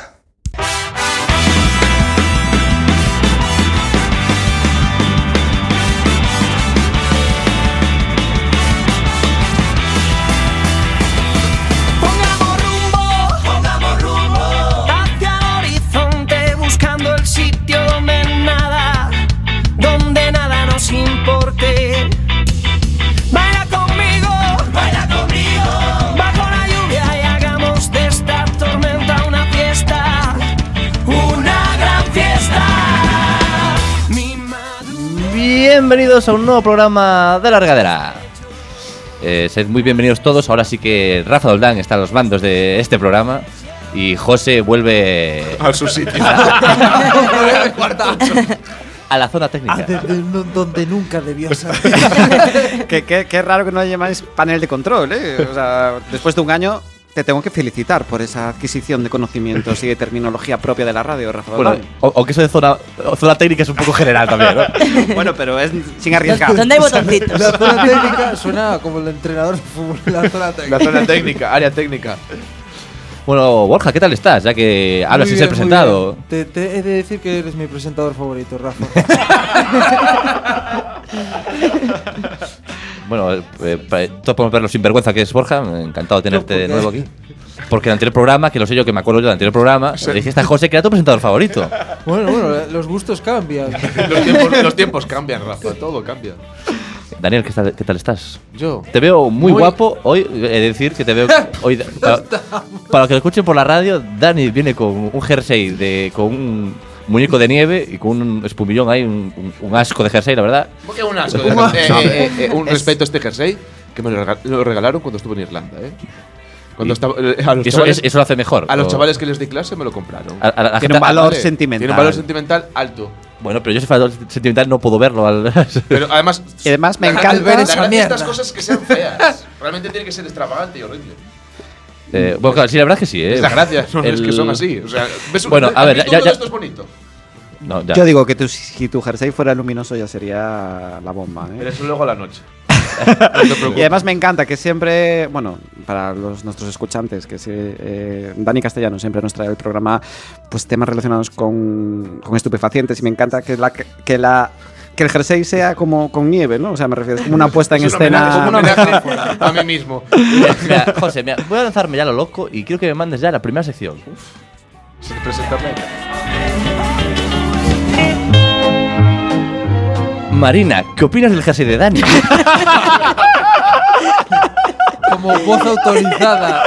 Pongamos rumbo, pongamos rumbo hacia el horizonte, buscando el sitio donde nada, donde nada nos importe. Baila conmigo, baila conmigo, bajo la lluvia y hagamos de esta tormenta una fiesta, una gran fiesta. Mi madre.
Bienvenidos a un nuevo programa de La Regadera. Eh, sed muy bienvenidos todos. Ahora sí que Rafa Doldán está a los mandos de este programa. Y José vuelve
A su sitio.
a la zona técnica.
donde nunca debió ser.
Qué, qué- qué raro que no llamáis panel de control, ¿eh? O sea, después de un año te tengo que felicitar por esa adquisición de conocimientos y de terminología propia de la radio, Rafa.
Bueno,
Bueno,
o- aunque eso de zona, zona técnica es un poco general también, ¿no?
bueno, pero es sin arriesgar.
¿Dónde hay botoncitos?
La zona técnica suena como el entrenador de fútbol. La zona
La
técnica.
zona técnica, área técnica.
Bueno, Borja, ¿qué tal estás? Ya que hablas sin
Muy
ser
bien, muy
presentado.
bien. Te, te he de decir que eres mi presentador favorito, Rafa.
Bueno, eh, pa- todos podemos ver lo sinvergüenza que es Borja. Encantado de tenerte de
porque-
nuevo aquí. Porque el anterior programa, que lo sé yo, que me acuerdo yo del anterior programa, le dijiste a José que era tu presentador favorito.
bueno, bueno, los gustos cambian.
Los tiempos, los tiempos cambian, Rafa. Todo cambia.
Daniel, ¿qué tal, qué tal estás?
Yo.
Te veo muy,
Muy-
guapo hoy. He de decir que te veo. hoy, para, para que lo escuchen por la radio, Dani viene con un jersey, de, con un muñeco de nieve y con un espumillón ahí, un, un- un asco de jersey, la verdad.
¿Por qué un asco? de jersey? Eh, eh, eh, un respeto a este jersey que me lo rega- lo regalaron cuando estuve en Irlanda, ¿eh? Cuando estaba, eh, a los
Y eso,
chavales,
es- eso lo hace mejor.
a los
o-
chavales que les di clase me lo compraron.
a- a la
Tiene
gente-
un valor
Vale.
sentimental.
Tiene un valor sentimental alto.
Bueno, pero yo soy valor sentimental, no puedo verlo. al-
Pero además.
Y además me
la-
encanta-
la- la-
esa
la-
mierda.
Estas cosas que sean feas. Realmente tiene que ser extravagante y horrible.
Eh, bueno, claro, sí, la verdad es que sí. ¿eh?
Es la gracia, no es
El-
que son así. O sea, ves un-
Bueno,
ves-
a ver,
ves
ya-
uno
ya-
de estos bonito.
No, ya.
Yo digo que tu- si tu jersey fuera luminoso ya sería la bomba, ¿eh?
eso luego a la noche.
Y además me encanta que siempre, bueno, para los, nuestros escuchantes, que sí, eh, Dani Castellano siempre nos trae el programa pues temas relacionados con, con estupefacientes y me encanta que la que la que el jersey sea como con nieve, ¿no? O sea, me refiero, es como una puesta en
Es un
escena.
homenaje- es un homenaje a mí mismo.
Mira, mira, José, mira, voy a lanzarme ya a lo loco y quiero que me mandes ya la primera sección.
Sin presentarme.
Marina, ¿qué opinas del jersey de Dani?
Como voz autorizada.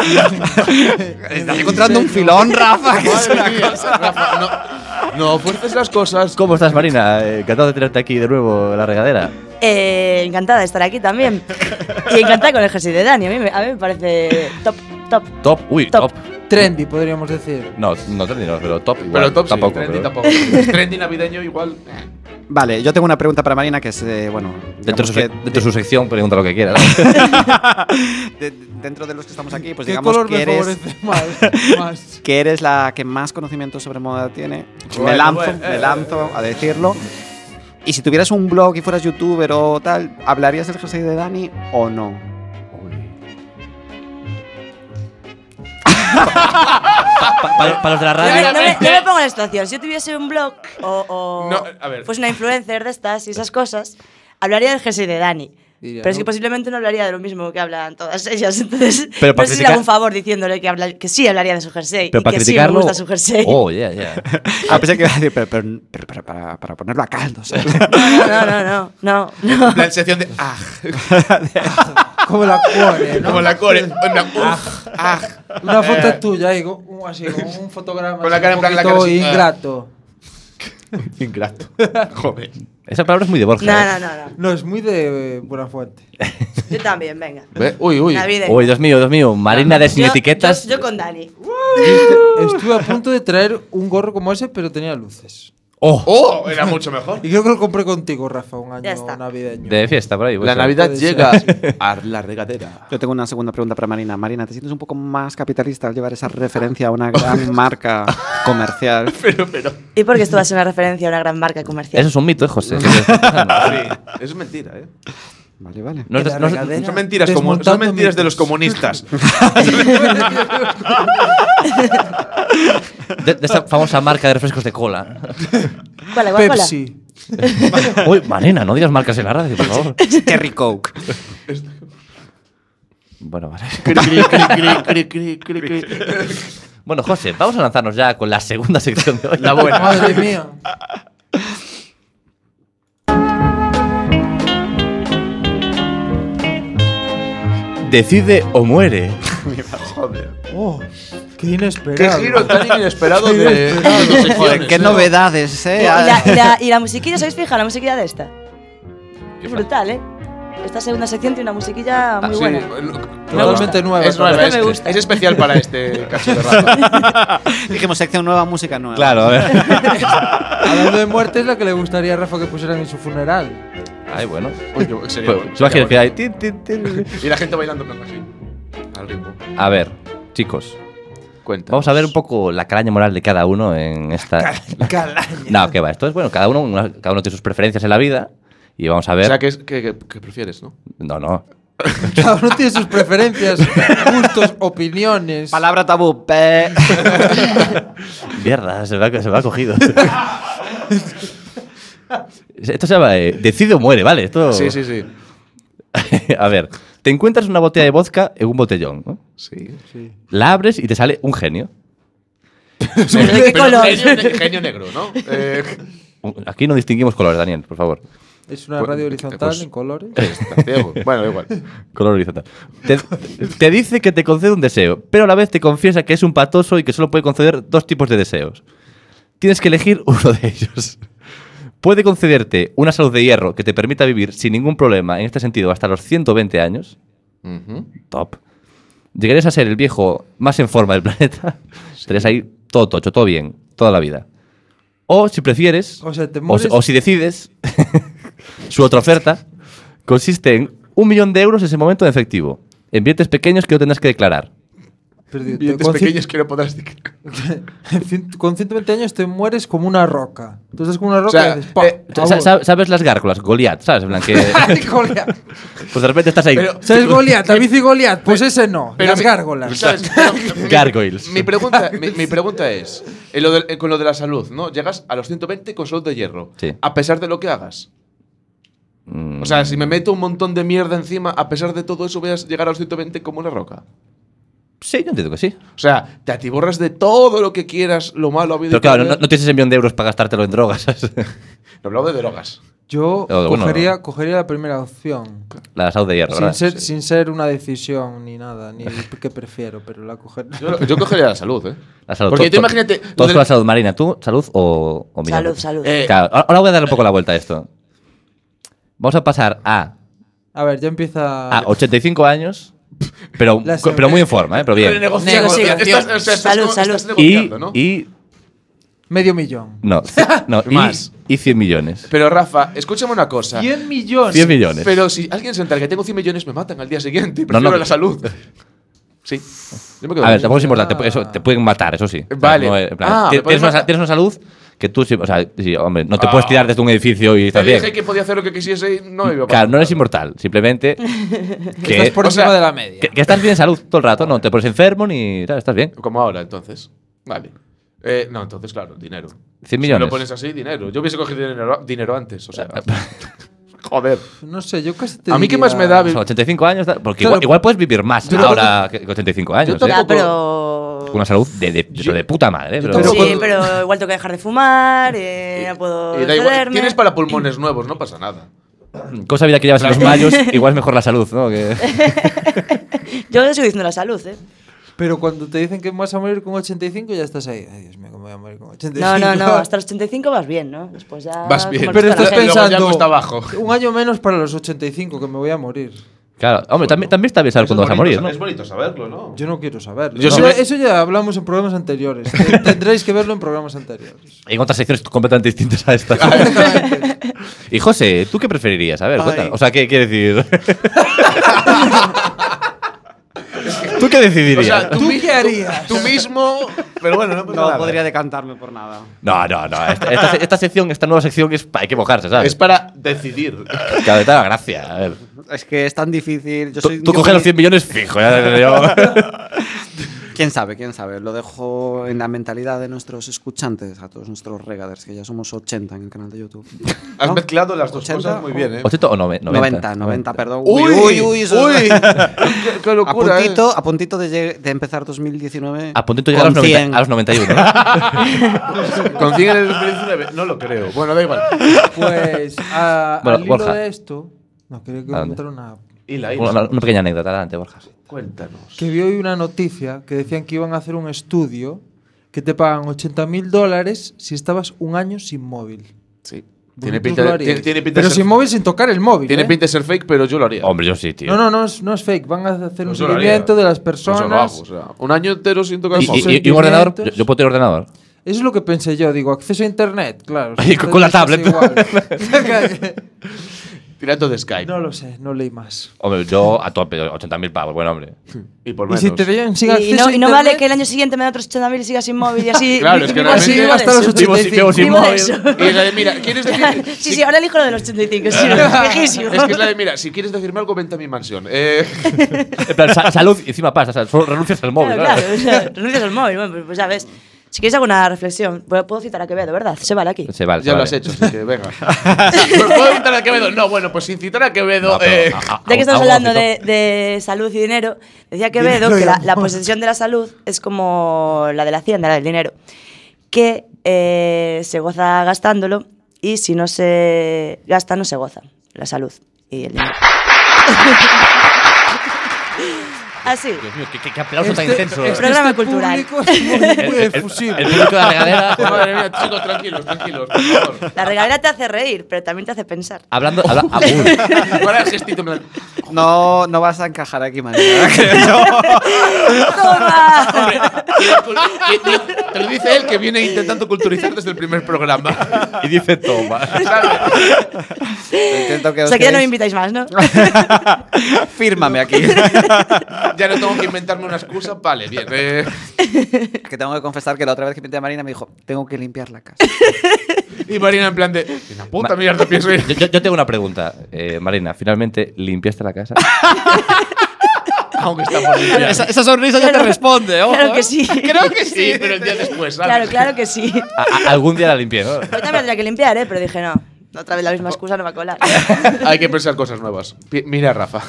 Estás encontrando un filón, Rafa. que es-
Madre mía, Rafa,
No, no fuerces las cosas.
¿Cómo estás, Marina? Eh, Encantado de tenerte aquí de nuevo en la regadera.
Eh, encantada de estar aquí también. Y encantada con el jersey de Dani. A mí me, a mí me parece top, top.
Top, uy, top.
Top.
Trendy, podríamos decir.
No, no trendy no, pero top igual.
Pero top sí,
tampoco.
trendy
pero-
tampoco.
Trendy navideño igual. eh.
Vale, yo tengo una pregunta para Marina que es, eh, bueno,
Dentro, de
digamos
su,
que-
sec- dentro de su sección pregunta lo que quieras. ¿no?
de- dentro de los que estamos aquí, pues
¿Qué
digamos
color
que
me
eres,
favorece más? más?
que eres la que más conocimiento sobre moda tiene. me
Bueno,
lanzo,
pues,
bueno,
me
eh.
lanzo a decirlo. Y si tuvieras un blog y fueras youtuber o tal, ¿hablarías del jersey de Dani o no?
Pa- pa- para los de la
No me,
radio.
no me- no me pongo en la situación. Si yo tuviese un blog o, o
No, a ver.
fuese una influencer de estas y esas cosas, hablaría del jersey de Dani.
Diría,
pero es
¿no?
que posiblemente no hablaría de lo mismo que hablan todas ellas. Entonces,
Pero
no
para
sé si le
criticar-
hago un favor diciéndole que, habla- que sí hablaría de su jersey
Pero
y
para
que
criticarlo.
sí me gusta su jersey.
Oh, yeah, yeah.
Ah, pensé que iba a decir, pero, pero- pero- pero para, para ponerlo a caldo. ¿sabes?
No, no, no, no, no, no.
La sección de. ¡Ah!
Como la cuore, ¿no?
Como la core. en plan, uf, ¡Ah!
Una foto tuya, ahí, con- un- así, con un fotograma.
Con la
así,
cara
un
en plan, la
poquito
cara así, ah.
ingrato.
Ingrato. Ah, Joder.
Esa palabra es muy de Borja.
No,
¿eh?
no, no,
Ah.
no.
No, es muy de eh, buena fuente.
Yo también, venga.
Ve, Uy, uy.
Navideña.
Uy, Dios mío, Dios mío. Marina de sin
Yo-
etiquetas.
Yo, yo con Dani.
Estuve a punto de traer un gorro como ese, pero tenía luces.
Oh,
¡Oh! Era mucho mejor.
Y creo que lo compré contigo, Rafa, un
Ya
año
está.
navideño.
de fiesta por ahí. pues puede ser.
La Navidad
puede
llega a la regadera.
Yo tengo una segunda pregunta para Marina. Marina, ¿te sientes un poco más capitalista al llevar esa referencia a una gran marca comercial?
¿Y por qué esto va a ser una referencia a una gran marca comercial?
Eso es un mito, ¿eh, José? Sí, sí, sí.
Eso es mentira, ¿eh?
Vale, vale.
No es-
La
no es-
regadera.
Son mentiras, como, son
Desmontando
mentiras de los
mitos.
comunistas.
de, de esa famosa marca de refrescos de cola.
¿Cuál, cuál, cuál?
Pepsi.
Uy, Marina, no digas marcas en la radio, por favor.
Terry Coke.
Bueno, vale.
Cri, cri, cri, cri, cri, cri, cri, cri.
Bueno, José, vamos a lanzarnos ya con la segunda sección de hoy.
La buena.
Madre mía.
Decide o muere.
Oh, qué inesperado.
Qué giro tan inesperado
Qué
de.
inesperado.
de secciones,
Joder, qué
¿no?
novedades, eh.
Y la, y la- y la musiquilla, ¿sabéis fija? La musiquilla de esta. Es brutal, ¿eh? Esta segunda sección tiene una
Ah,
musiquilla muy
Sí,
buena.
lo-
Totalmente nueva.
Es
¿no?
nueva,
me
es,
gusta.
es especial para este cacho de Rafa.
Dijimos sección nueva, música nueva.
Claro, a ver.
Hablando de muerte, es la que le gustaría a Rafa que pusieran en su funeral.
Ay, bueno.
Uy, yo- sería
Pues,
bueno,
¿se imagina que
sería
hay tin, tin, tin?
bueno. Y la gente bailando con así. Al ritmo.
A ver, chicos,
Cuenta.
vamos a ver un poco la calaña moral de cada uno en esta.
Calaña.
No, que va. Esto es bueno, cada uno, una- cada uno tiene sus preferencias en la vida. Y vamos a
O
ver.
sea, que, es- que, que- que prefieres, ¿no?
No, no.
Cada uno tiene sus preferencias, gustos, opiniones.
Palabra tabú. pe.
Mierda, se me ha, se me ha cogido. Esto se llama eh, Decide o muere, ¿vale? Esto...
Sí, sí, sí.
a ver, te encuentras una botella de vodka en un botellón. ¿no?
Sí, sí.
La abres y te sale un genio.
¿Pero de qué color?
Genio, ne- genio negro, ¿no? Eh,
Un- Aquí no distinguimos colores, Daniel, por favor.
Es una
Pues-
radio horizontal
pues-
en colores.
Está ciego. Bueno, da igual.
Color horizontal. Te, te dice que te concede un deseo, pero a la vez te confiesa que es un patoso y que solo puede conceder dos tipos de deseos. Tienes que elegir uno de ellos. Puede concederte una salud de hierro que te permita vivir sin ningún problema, en este sentido, hasta los 120 años.
Ujú.
Top. Llegarías a ser el viejo más en forma del planeta. Estarías ahí todo tocho, todo bien, toda la vida. O si prefieres,
O sea, te
o,
mueres-
si- o si decides, su otra oferta consiste en un millón de euros en ese momento en efectivo, en billetes pequeños que no tendrás que declarar.
Pero digo,
Billetes
con cien-
pequeños que no podrás dictar.
cien- con 120 años te mueres como una roca. Tú estás como una roca
sea,
y dices, ¡pah!
eh,
a
Sa-
uno.
sa- ¿Sabes las gárgolas? Goliath, ¿sabes? En plan que.
Ay, Goliat.
Pues de repente estás ahí.
Pero-
¿Sabes Goliat? La bici Goliat. Pues ese no. las
mi-
gárgolas.
¿sabes? Pero mi-
Gargoyles.
Mi pregunta, mi, mi pregunta es, en lo del- eh, con lo de la salud, ¿no? Llegas a los 120 con salud de hierro,
Sí.
a pesar de lo que hagas.
Mm,
O sea, si me meto un montón de mierda encima, a pesar de todo eso voy a llegar a los 120 como una roca.
sí, yo entiendo que sí.
O sea, te atiborras de todo lo que quieras, lo malo habido y
Pero claro,
por
no,
haber.
no tienes ese millón de euros para gastártelo en drogas. ¿sabes?
No hablaba de drogas.
Yo
Bueno, no.
cogería, cogería la primera opción.
La salud de hierro,
Sin
¿verdad?
ser,
Sí.
sin ser una decisión ni nada, ni qué prefiero, pero la coger.
Yo, yo cogería la salud, ¿eh?
La salud.
Porque
Tú-
tú
tú-
imagínate, lo
Todos
del-
con la salud marina. ¿Tú, salud o, o mineral?
Salud, salud.
Eh,
Claro, ahora- ahora voy a darle un poco la vuelta a esto. Vamos a pasar a,
A ver, ya empieza.
a 85 años, pero,
La
co- pero muy en forma, ¿eh? pero bien.
Negocia-
Negociación.
estás- o sea, estás
Salud,
como-
salud.
estás
Y,
negociando, ¿no?
y
Medio millón.
no, no y,
Más.
y 100 millones.
Pero Rafa, escúchame una cosa.
100 millones.
100 millones.
Pero si alguien se entera que tengo 100 millones, me matan al día siguiente. Prefiero
no.
la salud. Sí. Yo me quedo
A ver,
con
tampoco es importante,
Ah.
porque eso, te pueden matar, eso sí. O sea,
Vale.
no es- en plan,
Ah,
ti-
me pueden
tienes, una,
matar. Ah.
tienes una salud que tú, sí- o sea, sí, hombre, no te puedes tirar desde un edificio y
Te
estás bien.
dije que podía hacer lo que quisiese y no me iba a pasar.
Claro, no eres inmortal, simplemente que,
Estás por
O
encima
sea,
de la media.
que- que estás bien de salud todo el rato, no te pones enfermo ni tal, estás bien.
Como ahora, entonces. Vale. Eh, no, entonces, claro, dinero.
100
Si me
millones.
lo pones así, dinero. Yo hubiese cogido dinero, dinero antes, o sea. Joder.
Pues No sé, yo casi te
A mí qué más me
diría-
da
O sea, 85 años, tal, porque
Claro.
igual, igual puedes vivir más
Yo
ahora que que 85 años.
tampoco-
¿eh?
Ya, pero.
Con una salud de, de, pero de puta madre. Pero,
tampoco-
sí, pero igual tengo que dejar de fumar, eh, no puedo.
Y da igual.
excederme.
Tienes para pulmones nuevos, no pasa nada.
cosa vida que llevas en los mayos, igual es mejor la salud, ¿no? Que-
Yo sigo diciendo la salud, ¿eh?
Pero cuando te dicen que vas a morir con 85, ya estás ahí. Ay, Dios mío, ¿cómo voy a morir con 85?
No, no, no, hasta los 85 vas bien, ¿no? Después ya.
Vas bien.
como el
Pero
resto de la
estás
gente.
luego ya
pensando.
cuesta abajo.
Un año menos para los 85, que me voy a morir.
Claro, hombre, también, también está bien saber
Eso
cuándo
es
vas a
bonito,
morir, ¿no?
Es bonito saberlo, ¿no?
Yo no quiero saberlo.
Yo
eso,
soy-
eso ya hablamos en programas anteriores. Te- Tendréis que verlo en programas anteriores.
En otras secciones completamente distintas a estas. y José, ¿tú qué preferirías? A ver,
Ay.
cuéntanos. O sea, ¿qué qué decir? ¿Tú qué
O
decidirías?
sea, tú,
¿Tú
mi-
qué harías?
tú mismo. Pero bueno, no pasa
No
nada.
podría decantarme por nada.
No, no, no. Esta, esta- esta sección, esta nueva sección es pa- hay que mojarse, ¿sabes?
Es para decidir.
Claro, te da la gracia. A ver.
Es que es tan difícil. Yo soy
Tú, tú
yo
coges los
soy-
100 millones fijo. ya- yo-
Quién sabe, quién sabe. Lo dejo en la mentalidad de nuestros escuchantes, a todos nuestros regaders, que ya somos 80 en el canal de YouTube.
Has
¿No?
mezclado las dos
80
cosas muy
o-
bien, ¿eh?
80 o nove-
90,
90.
90, perdón. eso-
uy. qué, qué
A
locura. ¿eh?
puntito, a puntito de, lleg- de empezar 2019.
A puntito de llegar pues a los,
con
90
100.
a los 91. ¿no?
Con 100 en el 2019, no lo creo. Bueno, da igual.
Pues a,
Bueno,
al hilo
Borja.
de esto, no quería
¿A dónde?
contar una.
Y la
una, una pequeña anécdota, adelante, Borja.
Cuéntanos.
Que vi hoy una noticia que decían que iban a hacer un estudio que te pagan 80 mil dólares si estabas un año sin móvil.
Sí.
Vosotros
Tiene pinta,
lo
de,
haríais.
tiene, tiene pinta
Pero
de ser,
sin móvil, sin tocar el móvil.
tiene
¿eh?
pinta de ser fake, pero yo lo haría.
Hombre, yo sí, tío.
No, no, no es, no es fake. Van a hacer un
Pues yo lo haría.
seguimiento de las
Pues yo lo hago,
personas.
o sea, un año entero siento
¿Y,
que
y- y- y un
sentimientos.
ordenador? Yo, yo puedo tener ordenador.
Eso es lo que pensé yo. Digo, acceso a internet, claro.
Y con- con la
Entonces, es igual.
Tirando de Skype.
no lo sé, no leí más.
Hombre, yo a tope, 80.000 pavos, bueno, hombre.
Y por
Y
menos.
si te veían sin
Y,
acceso
no,
a
y no
internet,
vale que el año siguiente me da otros 80.000 y siga sin móvil y así.
Claro, es que
vivo
realmente-
de
Así hasta los
eso.
80.
Vivo sin- vivo sin
Vivo de
móvil.
eso.
Y es la de, mira, ¿quieres decir?
Sí, sí, ahora elijo lo de los 85, sí, viejísimo.
Es que es la de, mira, si quieres decirme algo, vente a mi mansión. Eh,
En plan, sa- salud y encima pasa, o sea, solo renuncias al móvil.
Claro,
¿verdad?
claro, o sea, renuncias al móvil, bueno, pues, pues ya ves. Si quieres alguna reflexión, puedo puedo citar a Quevedo, ¿verdad? Se vale aquí.
Se vale, se
ya lo
vale.
has hecho, así que venga. ¿Pues ¿Puedo citar a Quevedo? No, bueno, pues sin citar a Quevedo.
No, pero
eh,
a- a-
Ya que
a-
estamos
a un
hablando de,
ojito.
de salud y dinero, decía Quevedo
Dinero y
que la,
amor.
la posesión de la salud es como la de la hacienda, la del dinero, que eh, se goza gastándolo y si no se gasta no se goza la salud y el dinero. Así.
Dios mío, qué, qué- qué aplauso tan
este-
intenso. eh.
este
Programa cultural.
público es muy, muy efusivo.
El público de la regadera.
madre mía, chicos, tranquilos, tranquilos, por favor.
La regadera te hace reír, pero también te hace pensar.
hablando. habla- ah, uy.
Ahora el gestito, en plan,
no, no vas a encajar aquí, ¿eh? María.
¡Toma!
Te lo dice él que viene intentando culturizar desde el primer programa.
Y dice toma.
Intento que
O
os
sea que ya no me
quedéis-
invitáis más, ¿no?
Fírmame aquí.
Ya no tengo que inventarme una excusa. Vale, bien. eh.
que tengo que confesar que la otra vez que pinté a Marina me dijo, tengo que limpiar la casa.
Y Marina en plan de... "Qué Una puta mierda pienso ir".
Yo, yo- yo tengo una pregunta, eh, Marina. Finalmente, ¿limpiaste la casa?
Aunque está por limpiar.
esa, esa sonrisa ya te responde. ojo,
Claro
¿eh?
que sí.
Creo que sí, pero el día después, ¿sabes?
Claro, claro que sí.
A- a- algún día la limpié, ¿no?
Ahorita me la tendría que limpiar, ¿eh? Pero dije, no, otra vez la misma excusa no va a colar.
Hay que pensar cosas nuevas. Pi- Mira, Rafa.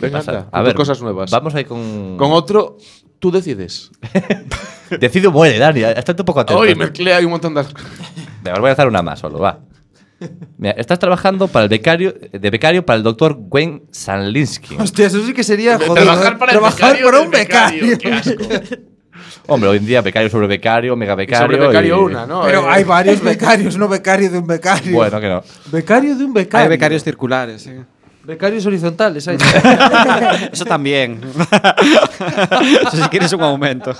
Venga,
Pasa.
anda, pon cosas nuevas.
Vamos ahí con.
Con otro, tú decides.
Decido muere, Dani. Estás un poco atento.
Hoy mezclé hay un montón de...
Venga, os voy a hacer una más solo, va. Mira, estás trabajando para el becario, de becario para el doctor Gwen Sanlinsky.
Hostia, eso sí que sería joder.
Trabajar para el
trabajar
becario
para
del
un becario.
Qué asco.
Hombre, hoy en día becario sobre becario, mega
Y sobre
becario.
becario
y-
una, ¿no?
Pero
Eh,
hay varios becarios, no becario de un becario.
Bueno, que no.
Becario de un becario.
Hay becarios circulares. sí.
Becarios horizontales. Hay.
Eso también. Eso si quieres un aumento.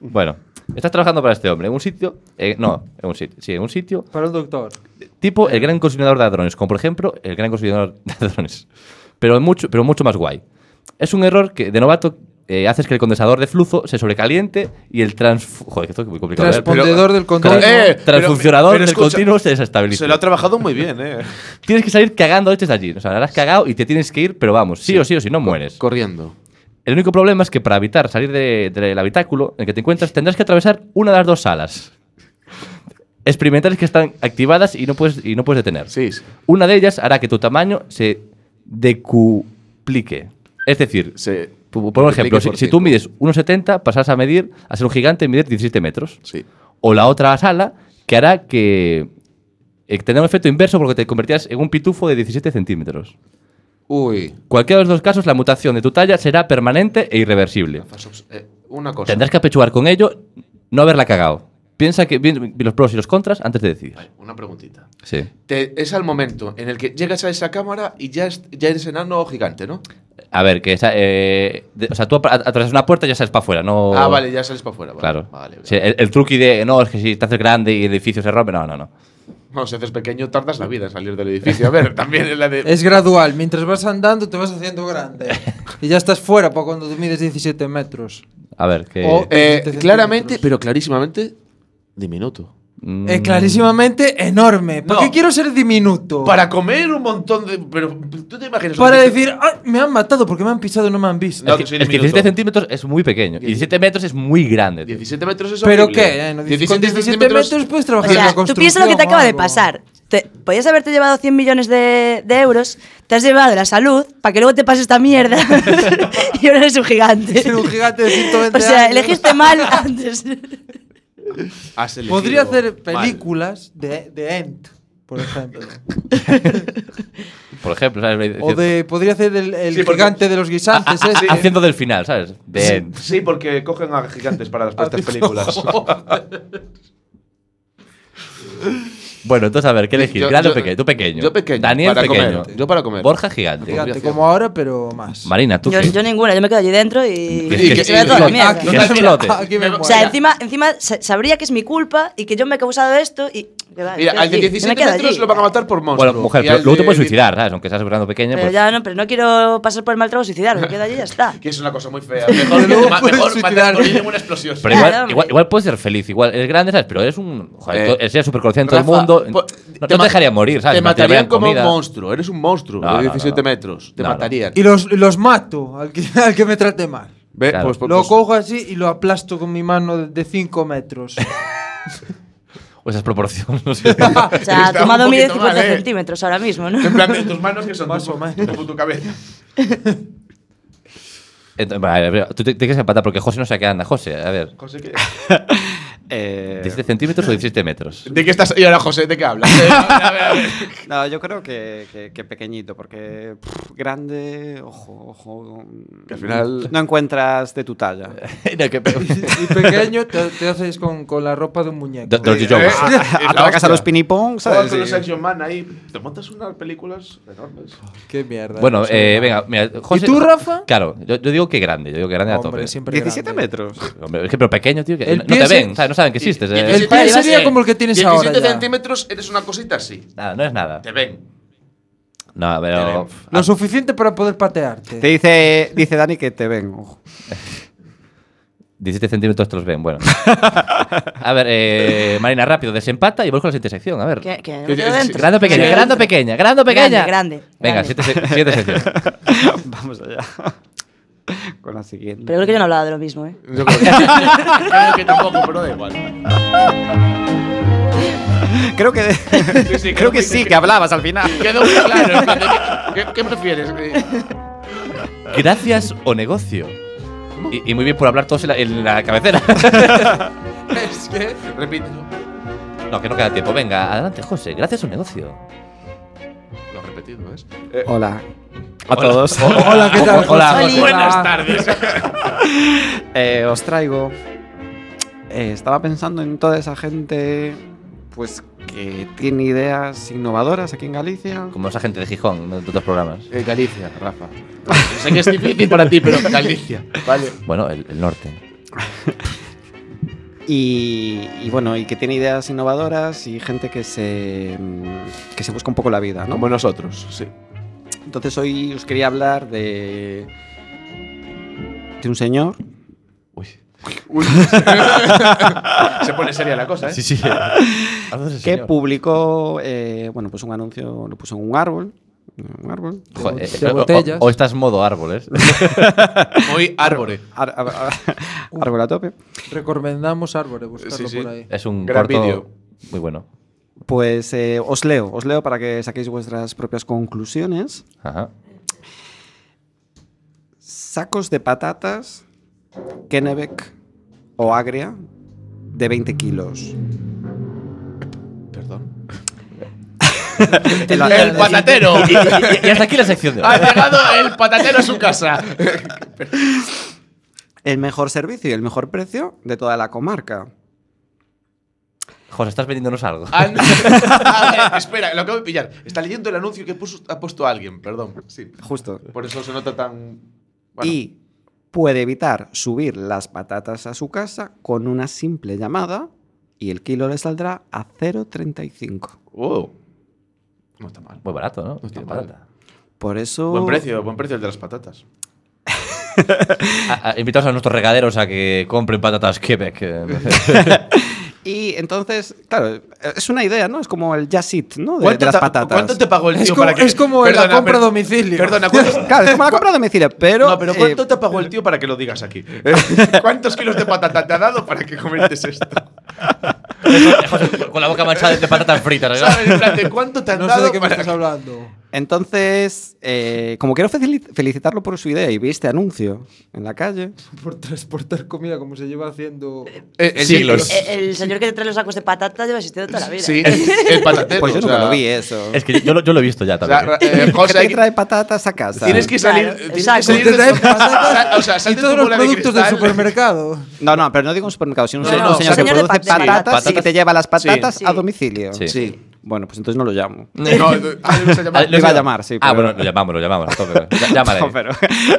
Bueno, estás trabajando para este hombre en un sitio. eh, no, en un sitio. Sí, en un sitio
para un doctor.
tipo el gran consumidor de hadrones, como por ejemplo el gran consumidor de hadrones, pero mucho, pero mucho más guay. Es un error que de novato eh, haces que el condensador de flujo se sobrecaliente y el trans... Joder, que esto es muy complicado. ¿eh? de ver.
Transpondedor
pero-
del continuo.
Eh, pero-
Transfuncionador
pero
del
escucha,
continuo se desestabiliza.
Se lo ha trabajado muy bien, ¿eh?
Tienes que salir cagando leches de allí. O sea, la has cagado y te tienes que ir, pero vamos, sí, o sí o si no mueres.
Corriendo.
El único problema es que para evitar salir de- del habitáculo en el que te encuentras tendrás que atravesar una de las dos salas. Experimentales que están activadas y no puedes, y no puedes detener.
Sí, sí.
Una de ellas hará que tu tamaño se decuplique. Es decir,
Se-
por por ejemplo, si,
por
si
cinco.
tú mides 1,70, pasarás a medir, a ser un gigante y medir 17 metros.
sí.
O la otra sala que hará que eh, tendrá un efecto inverso porque te convertirás en un pitufo de 17 centímetros.
Uy.
Cualquiera de los dos casos, la mutación de tu talla será permanente e irreversible.
Eh, una cosa.
Tendrás que apechugar con ello no haberla cagado. Piensa que bien- los pros y los contras antes de decidir.
Una preguntita.
Sí.
Te- es al momento en el que llegas a esa cámara y ya, es- ya eres enano o gigante, ¿no?
A ver, que esa, eh, de- o sea, tú atra- atravesas una puerta y ya sales para afuera, no.
Ah, vale, ya sales para afuera. Vale,
Claro.
Vale, vale.
Sí, el, el truqui de no, es que si te haces grande y el edificio se rompe, no, no, no.
No, si haces pequeño, tardas la vida en salir del edificio. A ver, también es la de.
Es gradual. Mientras vas andando, te vas haciendo grande. y ya estás fuera para cuando te mides 17 metros.
A ver, que.
O-
Eh,
17
claramente,
centímetros.
pero clarísimamente, diminuto.
mm,
Eh, clarísimamente enorme. ¿Por
No.
qué quiero ser diminuto?
Para comer un montón de. Pero tú te imaginas.
Para
Dice-
decir, "Ah, "Ay, me han matado porque me han pisado y no me han visto.
No,
es que,
que soy
es que
diminuto.
17 centímetros es muy pequeño. Y 17 metros es muy grande. tío.
17 metros es
¿Pero
horrible.
qué? Eh, no, con 17 metros puedes
O
trabajar en
sea,
la
tú
construcción.
piensas lo que te
o
acaba de
algo.
pasar. Te, podías haberte llevado 100 millones de, de euros, te has llevado la salud para que luego te pase esta mierda y ahora eres un gigante.
Ser un gigante de 120
O sea,
años.
elegiste mal antes.
Has elegido
Podría hacer
mal.
películas de, de Ent, por ejemplo.
Por ejemplo, ¿sabes?
o de, podría hacer el, el
Sí, porque-
gigante de los guisantes.
Ha-
ese.
Ah, Haciendo del final, ¿sabes? Bien.
Sí, porque cogen a gigantes para las para estas películas.
Bueno, entonces a ver, ¿qué elegir?
Yo-
¿Grande
yo-
o pequeño? Tú pequeño.
yo pequeño,
Daniel
para
pequeño.
comer. Yo para comer.
Borja gigante.
Gigante, como ahora, pero más.
Marina, tú.
Yo,
qué?
yo ninguna, yo me quedo allí dentro y,
Que-
y
que-
que se vea
que-
toda la
que-
Ah,
mierda.
que- explote.
Aquí me
Me-
muero.
O sea,
Mira.
encima, encima sa- sabría que es mi culpa y que yo me he causado esto y... que va,
Mira,
yo
al de
allí, yo me
17
quedo
metros
allí.
lo van a matar por monstruo.
Bueno, mujer,
Y
pero
al
luego te
de
puedes
10
suicidar, ¿sabes? Aunque seas grande o pequeña,
Pero
pues.
ya no, pero no quiero pasar por el mal trago suicidar, me quedo allí y ya está.
Que es una cosa muy fea. Mejor,
luego
ma-
puedes
mejor matar
suicidar.
por en una explosión.
Pero
Claro,
igual,
hombre.
igual, igual puedes ser feliz, igual eres grande, ¿sabes? Pero eres un. Joder,
Eh,
tú- eres súper conocido en todo el
Rafa,
mundo.
po-
No
te
no te,
ma-
dejaría morir, ¿sabes?
Te
No
matarían
darían
como
comida.
un monstruo. Eres un monstruo
No, no,
de
no,
17
no.
metros. Te
No, no.
matarían.
Y los, los mato al que, al que me trate mal.
Ve,
Claro.
pues, pues,
Lo
pues-
cojo así y lo aplasto con mi mano de 5 metros.
O esas proporciones, no sé.
O sea, ha
Está un
tomado mide
poquito
50
mal, ¿eh?
centímetros ahora mismo, ¿no?
pues, En plan, de tus manos que son
Más
tu,
o menos.
tu- tu cabeza.
Entonces, vale, pero tú te- tienes que empatar porque José no sé a qué anda. José, a ver.
José, ¿qué?
Eh,
¿17 centímetros o 17 metros?
¿De qué estás? Y ahora, José, ¿de qué hablas? Eh, a ver, a ver.
No, yo creo que, que- que pequeñito, porque pff, grande, ojo, ojo.
Que al final-
No encuentras de tu talla.
No, que-
Y, si- y pequeño te, te haces con, con la ropa de un muñeco.
Do- Dirty Jokes.
Eh, eh, la
Atracas
hostia.
a los pinipons,
Joder,
¿sabes?
con los
Sí.
Action Man ahí. Te montas unas películas enormes.
Qué mierda.
Bueno,
no sé.
eh, venga, mira, José-
tú, Rafa?
Claro, yo, yo digo que grande, yo digo que grande a tope.
Hombre, siempre
17
grande.
metros.
Hombre, es que pero pequeño, tío, que
El
no, no
pie
te
se-
ven, ¿sabes? no saben que existes. eh.
El pie sería
eh,
como el que tienes
17
ahora ya.
centímetros eres una cosita así.
Nada, Ah, no es nada.
Te ven.
No, pero.
Lo suficiente para poder patearte.
Te dice, dice Dani que te ven. ojo.
17 centímetros te los ven, bueno. a ver, eh, Marina, rápido, desempata y vamos con la siguiente sección. A ver.
Que- que no me
Que-
quedo
sí,
dentro.
Grande o pequeña,
Sí.
grande o pequeña, grande o pequeña.
Grande, grande,
Venga,
grande.
siete, se- siete sección.
Vamos allá. Con la siguiente.
Pero creo que yo no hablaba de lo mismo, ¿eh?
Yo creo que, creo Ah, que tampoco, pero da igual.
Creo que, creo que sí, que hablabas al final.
Quedó muy claro. en plan de- ¿Qué, qué prefieres? Eh,
Gracias o negocio. Y, y muy bien por hablar todos en la, en la cabecera.
Es que. Repítelo.
no, que no queda tiempo. Venga, adelante, José. Gracias o negocio.
Lo he repetido, ¿ves?
Hola. A todos.
Hola, ¿qué tal?
Hola,
José?
Oli.
Buenas tardes.
Eh, os traigo. eh, estaba pensando en toda esa gente. Pues que tiene ideas innovadoras aquí en Galicia.
Como esa gente de Gijón, ¿no? de otros programas.
Eh, Galicia, Rafa. Sé que es difícil para ti, pero Galicia. Vale.
Bueno, el, el norte.
Y, y bueno, y que tiene ideas innovadoras y gente que se. mm, que se busca un poco la vida, ¿no?
Como nosotros, sí.
Entonces hoy os quería hablar de. de un señor.
Uy. Se pone seria la cosa, ¿eh?
sí.
que publicó eh, bueno pues un anuncio lo puso en un árbol en un árbol
Joder,
De
pero- o-
botellas.
O, o estás modo árboles.
Hoy árbore.
Ar- ar- ar- árbol a tope
Recomendamos árboles, buscarlo
Sí, Eh, sí.
por ahí.
Es un
Gran
corto
vídeo.
muy bueno.
pues eh, os leo os leo para que saquéis vuestras propias conclusiones
Ajá.
sacos de patatas Kennebec o Agria de 20 kilos
Perdón.
El-
Este El patatero.
Y, Ah, y- y hasta aquí la sección de hoy.
Ha llegado el patatero a su casa.
el mejor servicio y el mejor precio de toda la comarca
José, estás vendiéndonos algo.
An- A ver, espera, lo acabo de pillar. Está leyendo el anuncio que puso- ha puesto alguien, perdón. Sí.
justo
Por eso se nota tan. bueno.
y puede evitar subir las patatas a su casa con una simple llamada y el kilo le saldrá a 0,35.
Oh. No está mal.
Muy barato, ¿no?
está
Qué
mal.
barata.
Por eso...
Oh.
Buen precio, buen precio el de las patatas.
A- a- invitaos a nuestros regaderos a que compren patatas Quebec. eh, no sé.
Y entonces, claro, es una idea, ¿no? Es como el just it, ¿no? De- De,
¿Cuánto
las
ta-
patatas.
¿Cuánto te pagó el tío
Es como,
para que.?
es como la
Perdona,
compra a
per-
domicilio.
Perdona, ¿cuántos-
Claro, es como la compra a domicilio, pero...
no, pero
eh,
¿cuánto te pagó el tío para que lo digas aquí? Eh, ¿Cuántos kilos de patata te ha dado para que comentes esto?
Eh, José, con la boca manchada de patatas fritas. ¿no?
¿Sabes? En plan, ¿de ¿Cuánto te han
No sé
dado?
de qué me
para-
estás hablando.
entonces, eh, como quiero felici- felicitarlo por su idea y vi este anuncio en la calle,
Por transportar comida como se lleva haciendo.
Eh, el
Siglos.
siglo.
Eh, El señor que te trae los sacos de patata lleva existiendo toda la vida.
Sí, el, el patatero.
pues yo
o
nunca
sea,
lo vi eso.
Es que yo lo, yo lo he visto ya
o sea,
también.
ra- eh, José,
Gente
hay
que
que-
trae patatas a casa.
tienes que salir,
Claro,
tienes
exacto.
que salir de
Te traen
tu-
patatas
o sea, sal
y
de
todos
tu
los
bola de
productos del
cristal.
supermercado.
No, no, pero no digo un supermercado, sino un,
No,
señor-
no,
un señor que
señor de
produce
pa-
patatas,
de
y que
patatas.
te lleva las patatas
Sí.
a domicilio.
Sí.
Bueno, pues entonces no lo llamo.
No, no, ah, ibas a
Ah,
llamar.
¿lo
iba
llamado?
a llamar, sí,
Ah,
pero-
bueno, lo llamamos, lo llamamos. a tope. Ya- Llámale.
No, pero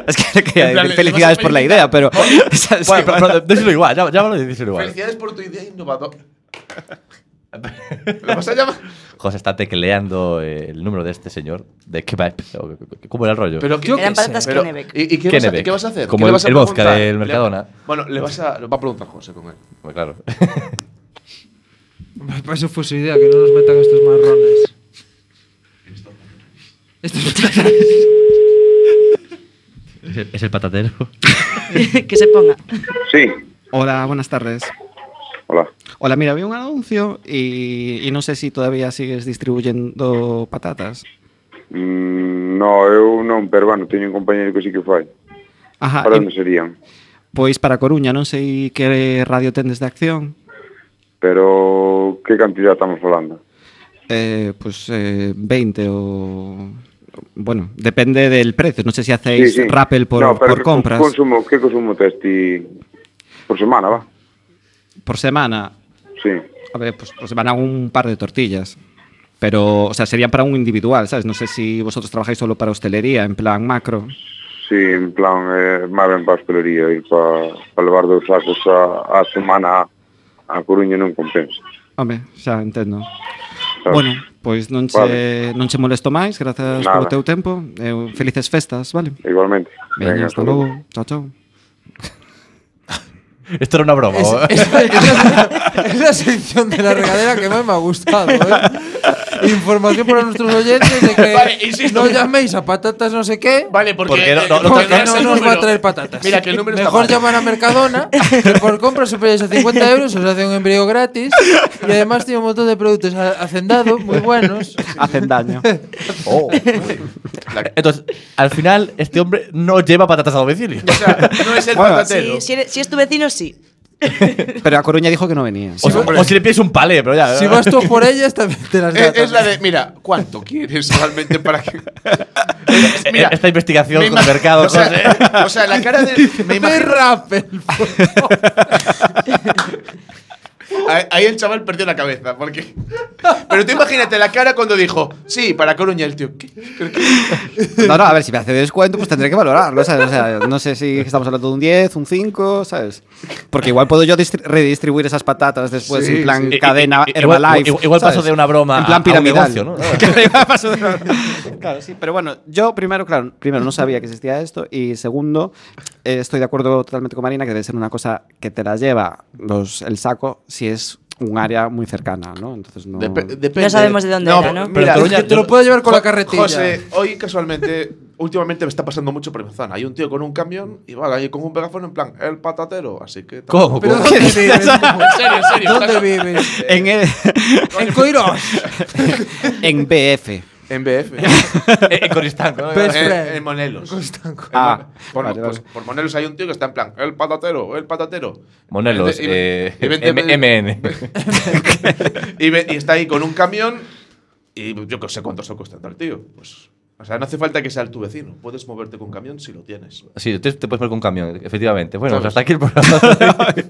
es que le quería
En plan,
decir
le- le
felicidades
vas a
por la
felicitar.
idea, pero. o sea, sí,
Bueno, pero, pero díselo igual, llá- llámalo y díselo igual.
Felicidades por tu idea innovadora. ¿Lo vas a llamar?
José está tecleando eh, el número de este señor de Quebec. o- ¿Cómo era el rollo?
Pero
Yo
Eran
qué sé,
patatas
pero-
Kennebec.
¿Y, y qué, vas a,
Kennebec.
qué vas a hacer?
Como
¿Qué le
el-
vas a
el vodka
preguntar?
del
Le-
Mercadona.
bueno, le vas a, lo va a preguntar José con él.
Pues claro.
Para eso fue su idea, que no nos metan estos marrones.
Es el, patatero.
que se ponga.
Sí,
Hola, buenas tardes.
hola.
Hola, mira, vi un anuncio y, y no sé si todavía sigues distribuyendo patatas.
Mm, no, eu non, pero bueno, teño un compañero que sí que o fai.
Ajá,
Para
Ah,
e-
onde serían?
pues
pois para Coruña, non sei que radio tendes de acción.
Pero que cantidad estamos falando?
Eh, pues eh, 20 o... Bueno, depende del precio. No sé si hacéis
Sí, sí.
rappel por,
No, pero
por
que
compras.
Consumo, ¿Qué consumo tes ti por semana, va?
Por semana,
Sí.
a ver, pues por semana un par de tortillas. Pero, o sea, serían para un individual, ¿sabes? No sé si vosotros trabajáis solo para hostelería, en plan macro.
Sí, en plan, eh, máis ben para a hostelería e para, para levar dos sacos a, a semana a, a Coruña non compensa.
Home, xa entendo.
Claro.
Bueno, pois non che,
Vale.
non che molesto máis, grazas
Nada.
polo teu tempo. Eu, felices festas, vale?
Igualmente.
Veña, hasta
luego.
logo. Chao, chao.
Esto era una broma.
Es,
¿o?
es- es la, es la sección de la regadera que más me ha gustado. ¿eh? Información para nuestros oyentes de que
Vale, insisto.
no llaméis a patatas no sé qué.
Vale, porque,
Porque no- no- no-
porque
porque
no,
ese
nos va a
número-
traer patatas.
Mira, que el número
Mejor
está mal.
llamar a Mercadona, que por compras superiores a 50 euros os hace un embriago gratis y además tiene un montón de productos a- hacendados muy buenos.
Hacen daño.
Entonces, al final, este hombre no lleva patatas a domicilio.
O sea, no es el
Bueno,
patatero.
Si, si eres- si es tu vecino, sí.
Pero a Coruña dijo que no venía.
O, o si le pides un palé, pero ya.
Si vas tú por ellas, también te las
Es,
da.
es la de, mira, ¿cuánto quieres realmente para que.?
Eh,
Mira,
Esta investigación
me
con
imag-
mercado,
o sea,
José.
eh, o sea, la cara de. Me imagino, ahí- ahí el chaval perdió la cabeza. porque Pero tú imagínate la cara cuando dijo, sí, para Coruña el tío. ¿qué? ¿Pero qué?
No, no, a ver, si me hace descuento, pues tendré que valorarlo, ¿sabes? O sea, no sé si estamos hablando de un 10, un 5, ¿sabes? Porque igual puedo yo distri- redistribuir esas patatas después en plan
I- i-
cadena
i- igual-
Herbalife.
Igual, igual paso
¿sabes?
de una broma
En plan
a- a un
piramidal.
negocio, ¿no?
Claro, igual paso de una- Claro, sí, pero bueno, yo primero, claro, primero no sabía que existía esto y segundo, eh, estoy de acuerdo totalmente con Marina que debe ser una cosa que te la lleva los, el saco si es un área muy cercana, ¿no? Entonces no...
Depe- depende.
No sabemos de dónde era, ¿no?
pero
Pero en Coruña-
Te lo puedo llevar con la carretilla.
José, hoy casualmente, últimamente me está pasando mucho por mi zona. Hay un tío con un camión y va ahí con un megáfono en plan, el patatero. Así que.
¿Cómo?
¿Pero
¿Cómo?
dónde vives?
En serio, en serio.
¿Dónde
está-
vives?
en, el-
En Coirós.
en BF.
En BF.
Eh, en Coristán, ¿no?
Pero-
en,
friend.
en Monelos.
Ah,
por,
vale,
pues,
vale.
por Monelos hay un tío que está en plan, el patatero, el patatero.
Monelos,
Y- y-
eh,
y vente-
M- MN.
Y, ve- y está ahí con un camión y yo que sé cuántos socos tendrá el tío. Pues, o sea, no hace falta que sea tu vecino. Puedes moverte con camión si lo tienes.
Sí, te, te puedes poner con un camión, efectivamente. Bueno,
Claro.
pues hasta aquí el programa.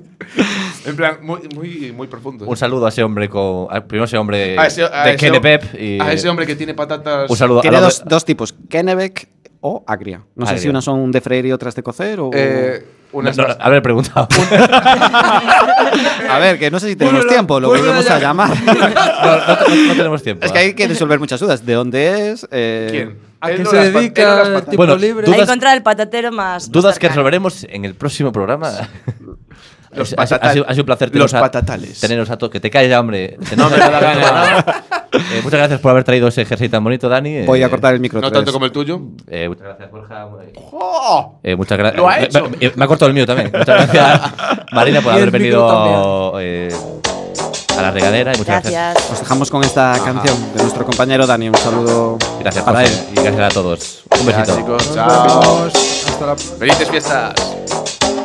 En plan, muy, muy, muy profundo.
un saludo a ese hombre con. al- Primero ese hombre
A ese- a
de
ese
Kene
hom-
Pep y.
A ese hombre que tiene patatas.
Un saludo
Tiene
al
dos,
hombre-
dos tipos, Kennebec o Agria. No sé
Agria.
si unas son de freír y otras de cocer o...
eh, unas
No, no,
más-
haber preguntado.
A ver, que no sé si tenemos
Vuelve a-
tiempo, lo
vuelve a
volvemos a llamar.
No, no, no- no tenemos tiempo.
es que hay que resolver muchas dudas. ¿De dónde es? Eh,
¿Quién?
¿A
Él
qué
no
se
las pa- él no las
dedica el
patatas.
tipo
Bueno,
libre?
dudas-
Ahí encontrar el patatero más.
Dudas que
resolveremos.
resolveremos en el próximo programa.
Los
ha, sido- ha sido, ha sido un placer teneros
Los patatales.
A, teneros a todos. Que te calles, ya, hombre. No me da gana. Eh, muchas gracias por haber traído ese jersey tan bonito, Dani. Eh,
Voy a cortar el micro.
No
tres.
tanto como el tuyo.
eh, muchas gracias, Borja.
¡Oh!
Eh, muchas gracias.
Lo ha hecho.
Me, me- me ha cortado el mío también. Muchas gracias, Marina, por
Y el
haber
micro
venido eh, a la regadera. Y muchas gracias.
Gracias.
Os dejamos con esta canción de nuestro compañero Dani. Un saludo
Gracias,
para
José,
él.
Y gracias a todos. Un besito.
Chicos,
Nos
chao.
vemos. Hasta la
Felices fiestas.